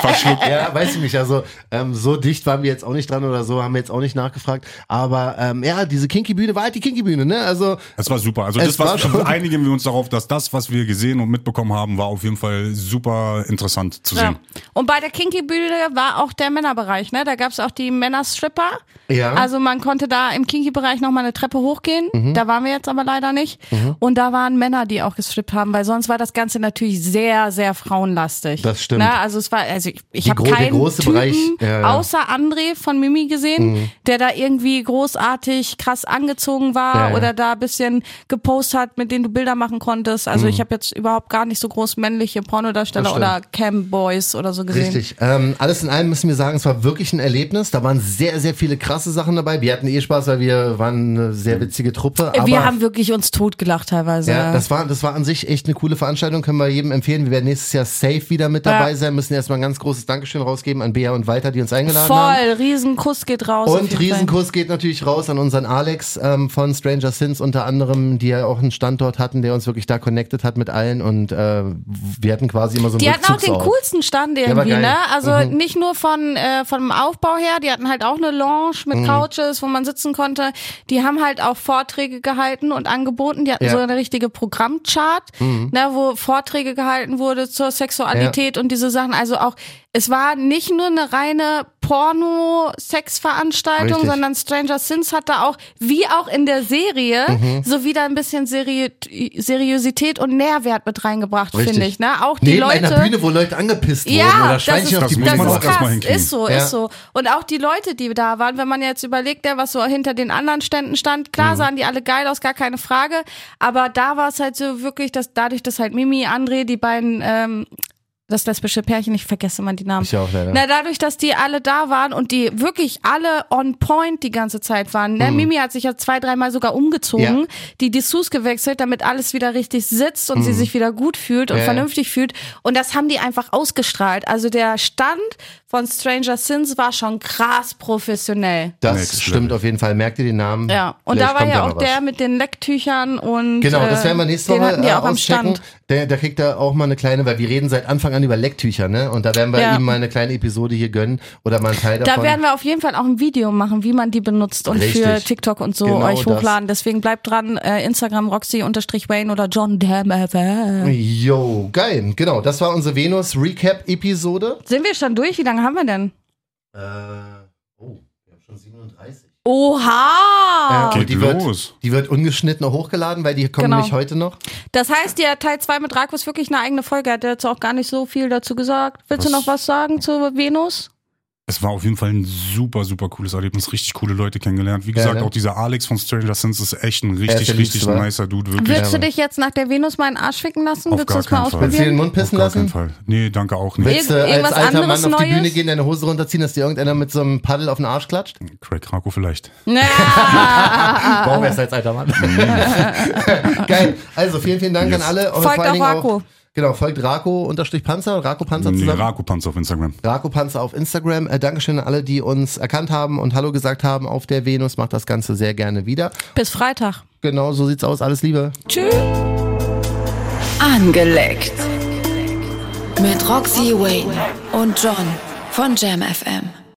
Speaker 4: verschluckt.
Speaker 2: Ja, weiß ich nicht. Also ähm, so dicht waren wir jetzt auch nicht dran oder so, haben wir jetzt auch nicht nachgefragt. Aber ähm, ja, diese Kinky-Bühne war halt die Kinky-Bühne, ne? Also
Speaker 4: Das war super. Also
Speaker 2: Es
Speaker 4: das
Speaker 2: war
Speaker 4: war
Speaker 2: schon-
Speaker 4: einigen wir uns darauf, dass das, was wir gesehen und mitbekommen haben, war auf jeden Fall super interessant zu sehen.
Speaker 3: Und bei der Kinky-Bühne war auch der Männerbereich, ne? Da gab's auch die Männerstripper.
Speaker 2: Ja. Mhm.
Speaker 3: Also man konnte da im Kinky-Bereich nochmal eine Treppe hochgehen. Da waren wir jetzt aber leider nicht. Und da waren Männer, die auch gestrippt haben, weil sonst war das Ganze natürlich sehr, sehr frauenlastig.
Speaker 2: Das stimmt.
Speaker 3: Ne? Also es war, also ich, ich
Speaker 2: Die
Speaker 3: habe
Speaker 2: gro- der
Speaker 3: keinen
Speaker 2: große
Speaker 3: Typen
Speaker 2: Bereich, ja, Mhm. ja.
Speaker 3: außer André von Mimi gesehen, der da irgendwie großartig krass angezogen war
Speaker 2: Ja, ja.
Speaker 3: oder da ein bisschen gepostet hat, mit denen du Bilder machen konntest. Also ich habe jetzt überhaupt gar nicht so groß männliche Pornodarsteller
Speaker 2: Mhm. Das stimmt.
Speaker 3: oder Camboys oder so gesehen.
Speaker 2: Richtig. Ähm, alles in allem müssen wir sagen, es war wirklich ein Erlebnis. Da waren sehr, sehr viele krasse Sachen dabei. Wir hatten eh Spaß, weil wir waren eine sehr witzige Truppe. Aber
Speaker 3: Äh, wir haben wirklich uns totgelacht teilweise.
Speaker 2: ja, das war, das war an sich echt eine coole Veranstaltung, können wir jedem empfehlen. Wir werden nächstes Jahr safe wieder mit dabei
Speaker 3: Ja.
Speaker 2: sein, müssen erstmal ein ganz großes Dankeschön rausgeben an Bea und Walter, die uns eingeladen haben.
Speaker 3: Voll, Riesenkuss geht raus. auf
Speaker 2: Und
Speaker 3: jeden Fall.
Speaker 2: Riesenkuss geht natürlich raus an unseren Alex ähm, von Stranger Sins unter anderem, die ja auch einen Standort hatten, der uns wirklich da connected hat mit allen und äh, wir hatten quasi immer so einen
Speaker 3: Die hatten auch den
Speaker 2: Rückzugsort.
Speaker 3: coolsten Stand
Speaker 2: war
Speaker 3: irgendwie,
Speaker 2: geil. Mhm.
Speaker 3: ne? Also nicht nur von äh, vom Aufbau her, die hatten halt auch eine Lounge mit
Speaker 2: Mhm.
Speaker 3: Couches, wo man sitzen konnte. Die haben halt auch Vorträge gehalten und angeboten. Die hatten
Speaker 2: Ja. Mhm.
Speaker 3: so eine richtige Programmchart, ne, wo Vorträge gehalten wurde zur Sexualität und diese Sachen. Also auch, es war nicht nur eine reine Porno-Sex-Veranstaltung,
Speaker 2: Richtig.
Speaker 3: sondern Stranger Things hat da auch, wie auch in der Serie,
Speaker 2: Mhm.
Speaker 3: so wieder ein bisschen Seri Seriosität und Nährwert mit reingebracht,
Speaker 2: Richtig.
Speaker 3: finde ich. Ne? Auch die
Speaker 2: Neben
Speaker 3: Leute.
Speaker 2: einer Bühne, wo Leute angepisst wurden
Speaker 3: ja,
Speaker 2: oder
Speaker 3: das ist,
Speaker 2: Schweinchen auf
Speaker 3: das
Speaker 2: die
Speaker 3: ist
Speaker 4: Bühne muss man auch erstmal
Speaker 3: krass.
Speaker 4: hinkriegen.
Speaker 3: Ist so,
Speaker 2: Ja.
Speaker 3: ist so. Und auch die Leute, die da waren, wenn man jetzt überlegt, ja, was so hinter den anderen Ständen stand, klar
Speaker 2: Mhm.
Speaker 3: sahen die alle geil aus, gar keine Frage. Aber da war es halt so wirklich, dass dadurch, dass halt Mimi, André, die beiden, ähm, das lesbische Pärchen, ich vergesse mal die Namen.
Speaker 2: Ich auch leider.
Speaker 3: Na, dadurch, dass die alle da waren und die wirklich alle on point die ganze Zeit waren. Ne? Mimi hat sich ja zwei, dreimal sogar umgezogen,
Speaker 2: Mhm. Ja.
Speaker 3: die Dessous gewechselt, damit alles wieder richtig sitzt und sie sich wieder gut fühlt und
Speaker 2: Mhm. Ja, ja.
Speaker 3: vernünftig fühlt. Und das haben die einfach ausgestrahlt. Also der Stand von Stranger Things war schon krass professionell.
Speaker 2: Das
Speaker 4: Next
Speaker 2: stimmt
Speaker 4: Level.
Speaker 2: auf jeden Fall. Merkt ihr den Namen?
Speaker 3: Ja, und
Speaker 2: Vielleicht
Speaker 3: da war
Speaker 2: kommt
Speaker 3: ja
Speaker 2: noch
Speaker 3: auch
Speaker 2: was.
Speaker 3: der mit den Lecktüchern und
Speaker 2: Genau,
Speaker 3: äh,
Speaker 2: das werden wir nächste
Speaker 3: den
Speaker 2: Woche
Speaker 3: hatten die
Speaker 2: äh,
Speaker 3: auch am
Speaker 2: auschecken.
Speaker 3: Stand.
Speaker 2: Der, der kriegt da auch mal eine kleine, weil wir reden seit Anfang an über Lecktücher, ne? Und da werden wir
Speaker 3: Ja.
Speaker 2: ihm mal eine kleine Episode hier gönnen oder mal einen Teil
Speaker 3: Da
Speaker 2: davon.
Speaker 3: werden wir auf jeden Fall auch ein Video machen, wie man die benutzt und
Speaker 2: Richtig.
Speaker 3: für TikTok und so
Speaker 2: Genau
Speaker 3: euch
Speaker 2: das.
Speaker 3: hochladen. Deswegen bleibt dran, äh, Instagram Roxy-Wayne oder John Dammer.
Speaker 2: Jo, geil. Genau, das war unsere Venus-Recap-Episode.
Speaker 3: Sind wir schon durch? Wie lange haben wir denn?
Speaker 2: Äh, oh, wir haben schon 37.
Speaker 3: Oha!
Speaker 2: Ja.
Speaker 4: Geht
Speaker 2: die wird-
Speaker 4: los.
Speaker 2: Die wird ungeschnitten hochgeladen, weil die kommen
Speaker 3: Genau.
Speaker 2: nämlich heute noch.
Speaker 3: Das heißt, der Teil 2 mit Draco ist wirklich eine eigene Folge. Hat er jetzt auch gar nicht so viel dazu gesagt. Willst du
Speaker 4: Was?
Speaker 3: noch was sagen zu Venus?
Speaker 4: Es war auf jeden Fall ein super, super cooles Erlebnis. Richtig coole Leute kennengelernt. Wie gesagt,
Speaker 2: ne?
Speaker 4: auch dieser Alex von Stranger Things ist echt ein
Speaker 2: Er ist
Speaker 4: richtig,
Speaker 2: der Liebste,
Speaker 4: richtig
Speaker 2: wa?
Speaker 4: nicer Dude. Wirklich.
Speaker 3: Willst du dich jetzt nach der Venus mal in den Arsch ficken lassen?
Speaker 4: Auf
Speaker 3: Willst du
Speaker 4: gar
Speaker 3: es mal
Speaker 4: keinen Fall.
Speaker 2: Willst du dir den
Speaker 3: ausprobieren?
Speaker 2: Mund pissen
Speaker 4: auf gar keinen
Speaker 2: lassen?
Speaker 4: Fall. Nee, danke auch nicht.
Speaker 2: Willst du
Speaker 3: Irgend-
Speaker 2: als
Speaker 3: irgendwas
Speaker 2: alter Mann
Speaker 3: anderes
Speaker 2: auf die Bühne
Speaker 3: Neues?
Speaker 2: gehen, deine Hose runterziehen, dass dir irgendeiner mit so einem Paddel auf den Arsch klatscht?
Speaker 4: Craig Krako vielleicht.
Speaker 3: Ah,
Speaker 2: Warum erst als alter Mann? Geil. Also vielen, vielen Dank
Speaker 4: Yes.
Speaker 2: an alle. Und
Speaker 3: Folgt
Speaker 2: vor allen
Speaker 3: auch
Speaker 2: Dingen
Speaker 3: Rako.
Speaker 2: genau, folgt Rako unterstrich Panzer, Rako Panzer
Speaker 4: Nee,
Speaker 2: zusammen.
Speaker 4: Rako Panzer auf Instagram.
Speaker 2: Rako Panzer auf Instagram. Äh, Dankeschön an alle, die uns erkannt haben und Hallo gesagt haben auf der Venus. Macht das Ganze sehr gerne wieder.
Speaker 3: Bis Freitag.
Speaker 2: Genau, so sieht's aus. Alles Liebe.
Speaker 3: Tschüss.
Speaker 1: Angeleckt. Mit Roxy Wayne und John von Jam FM.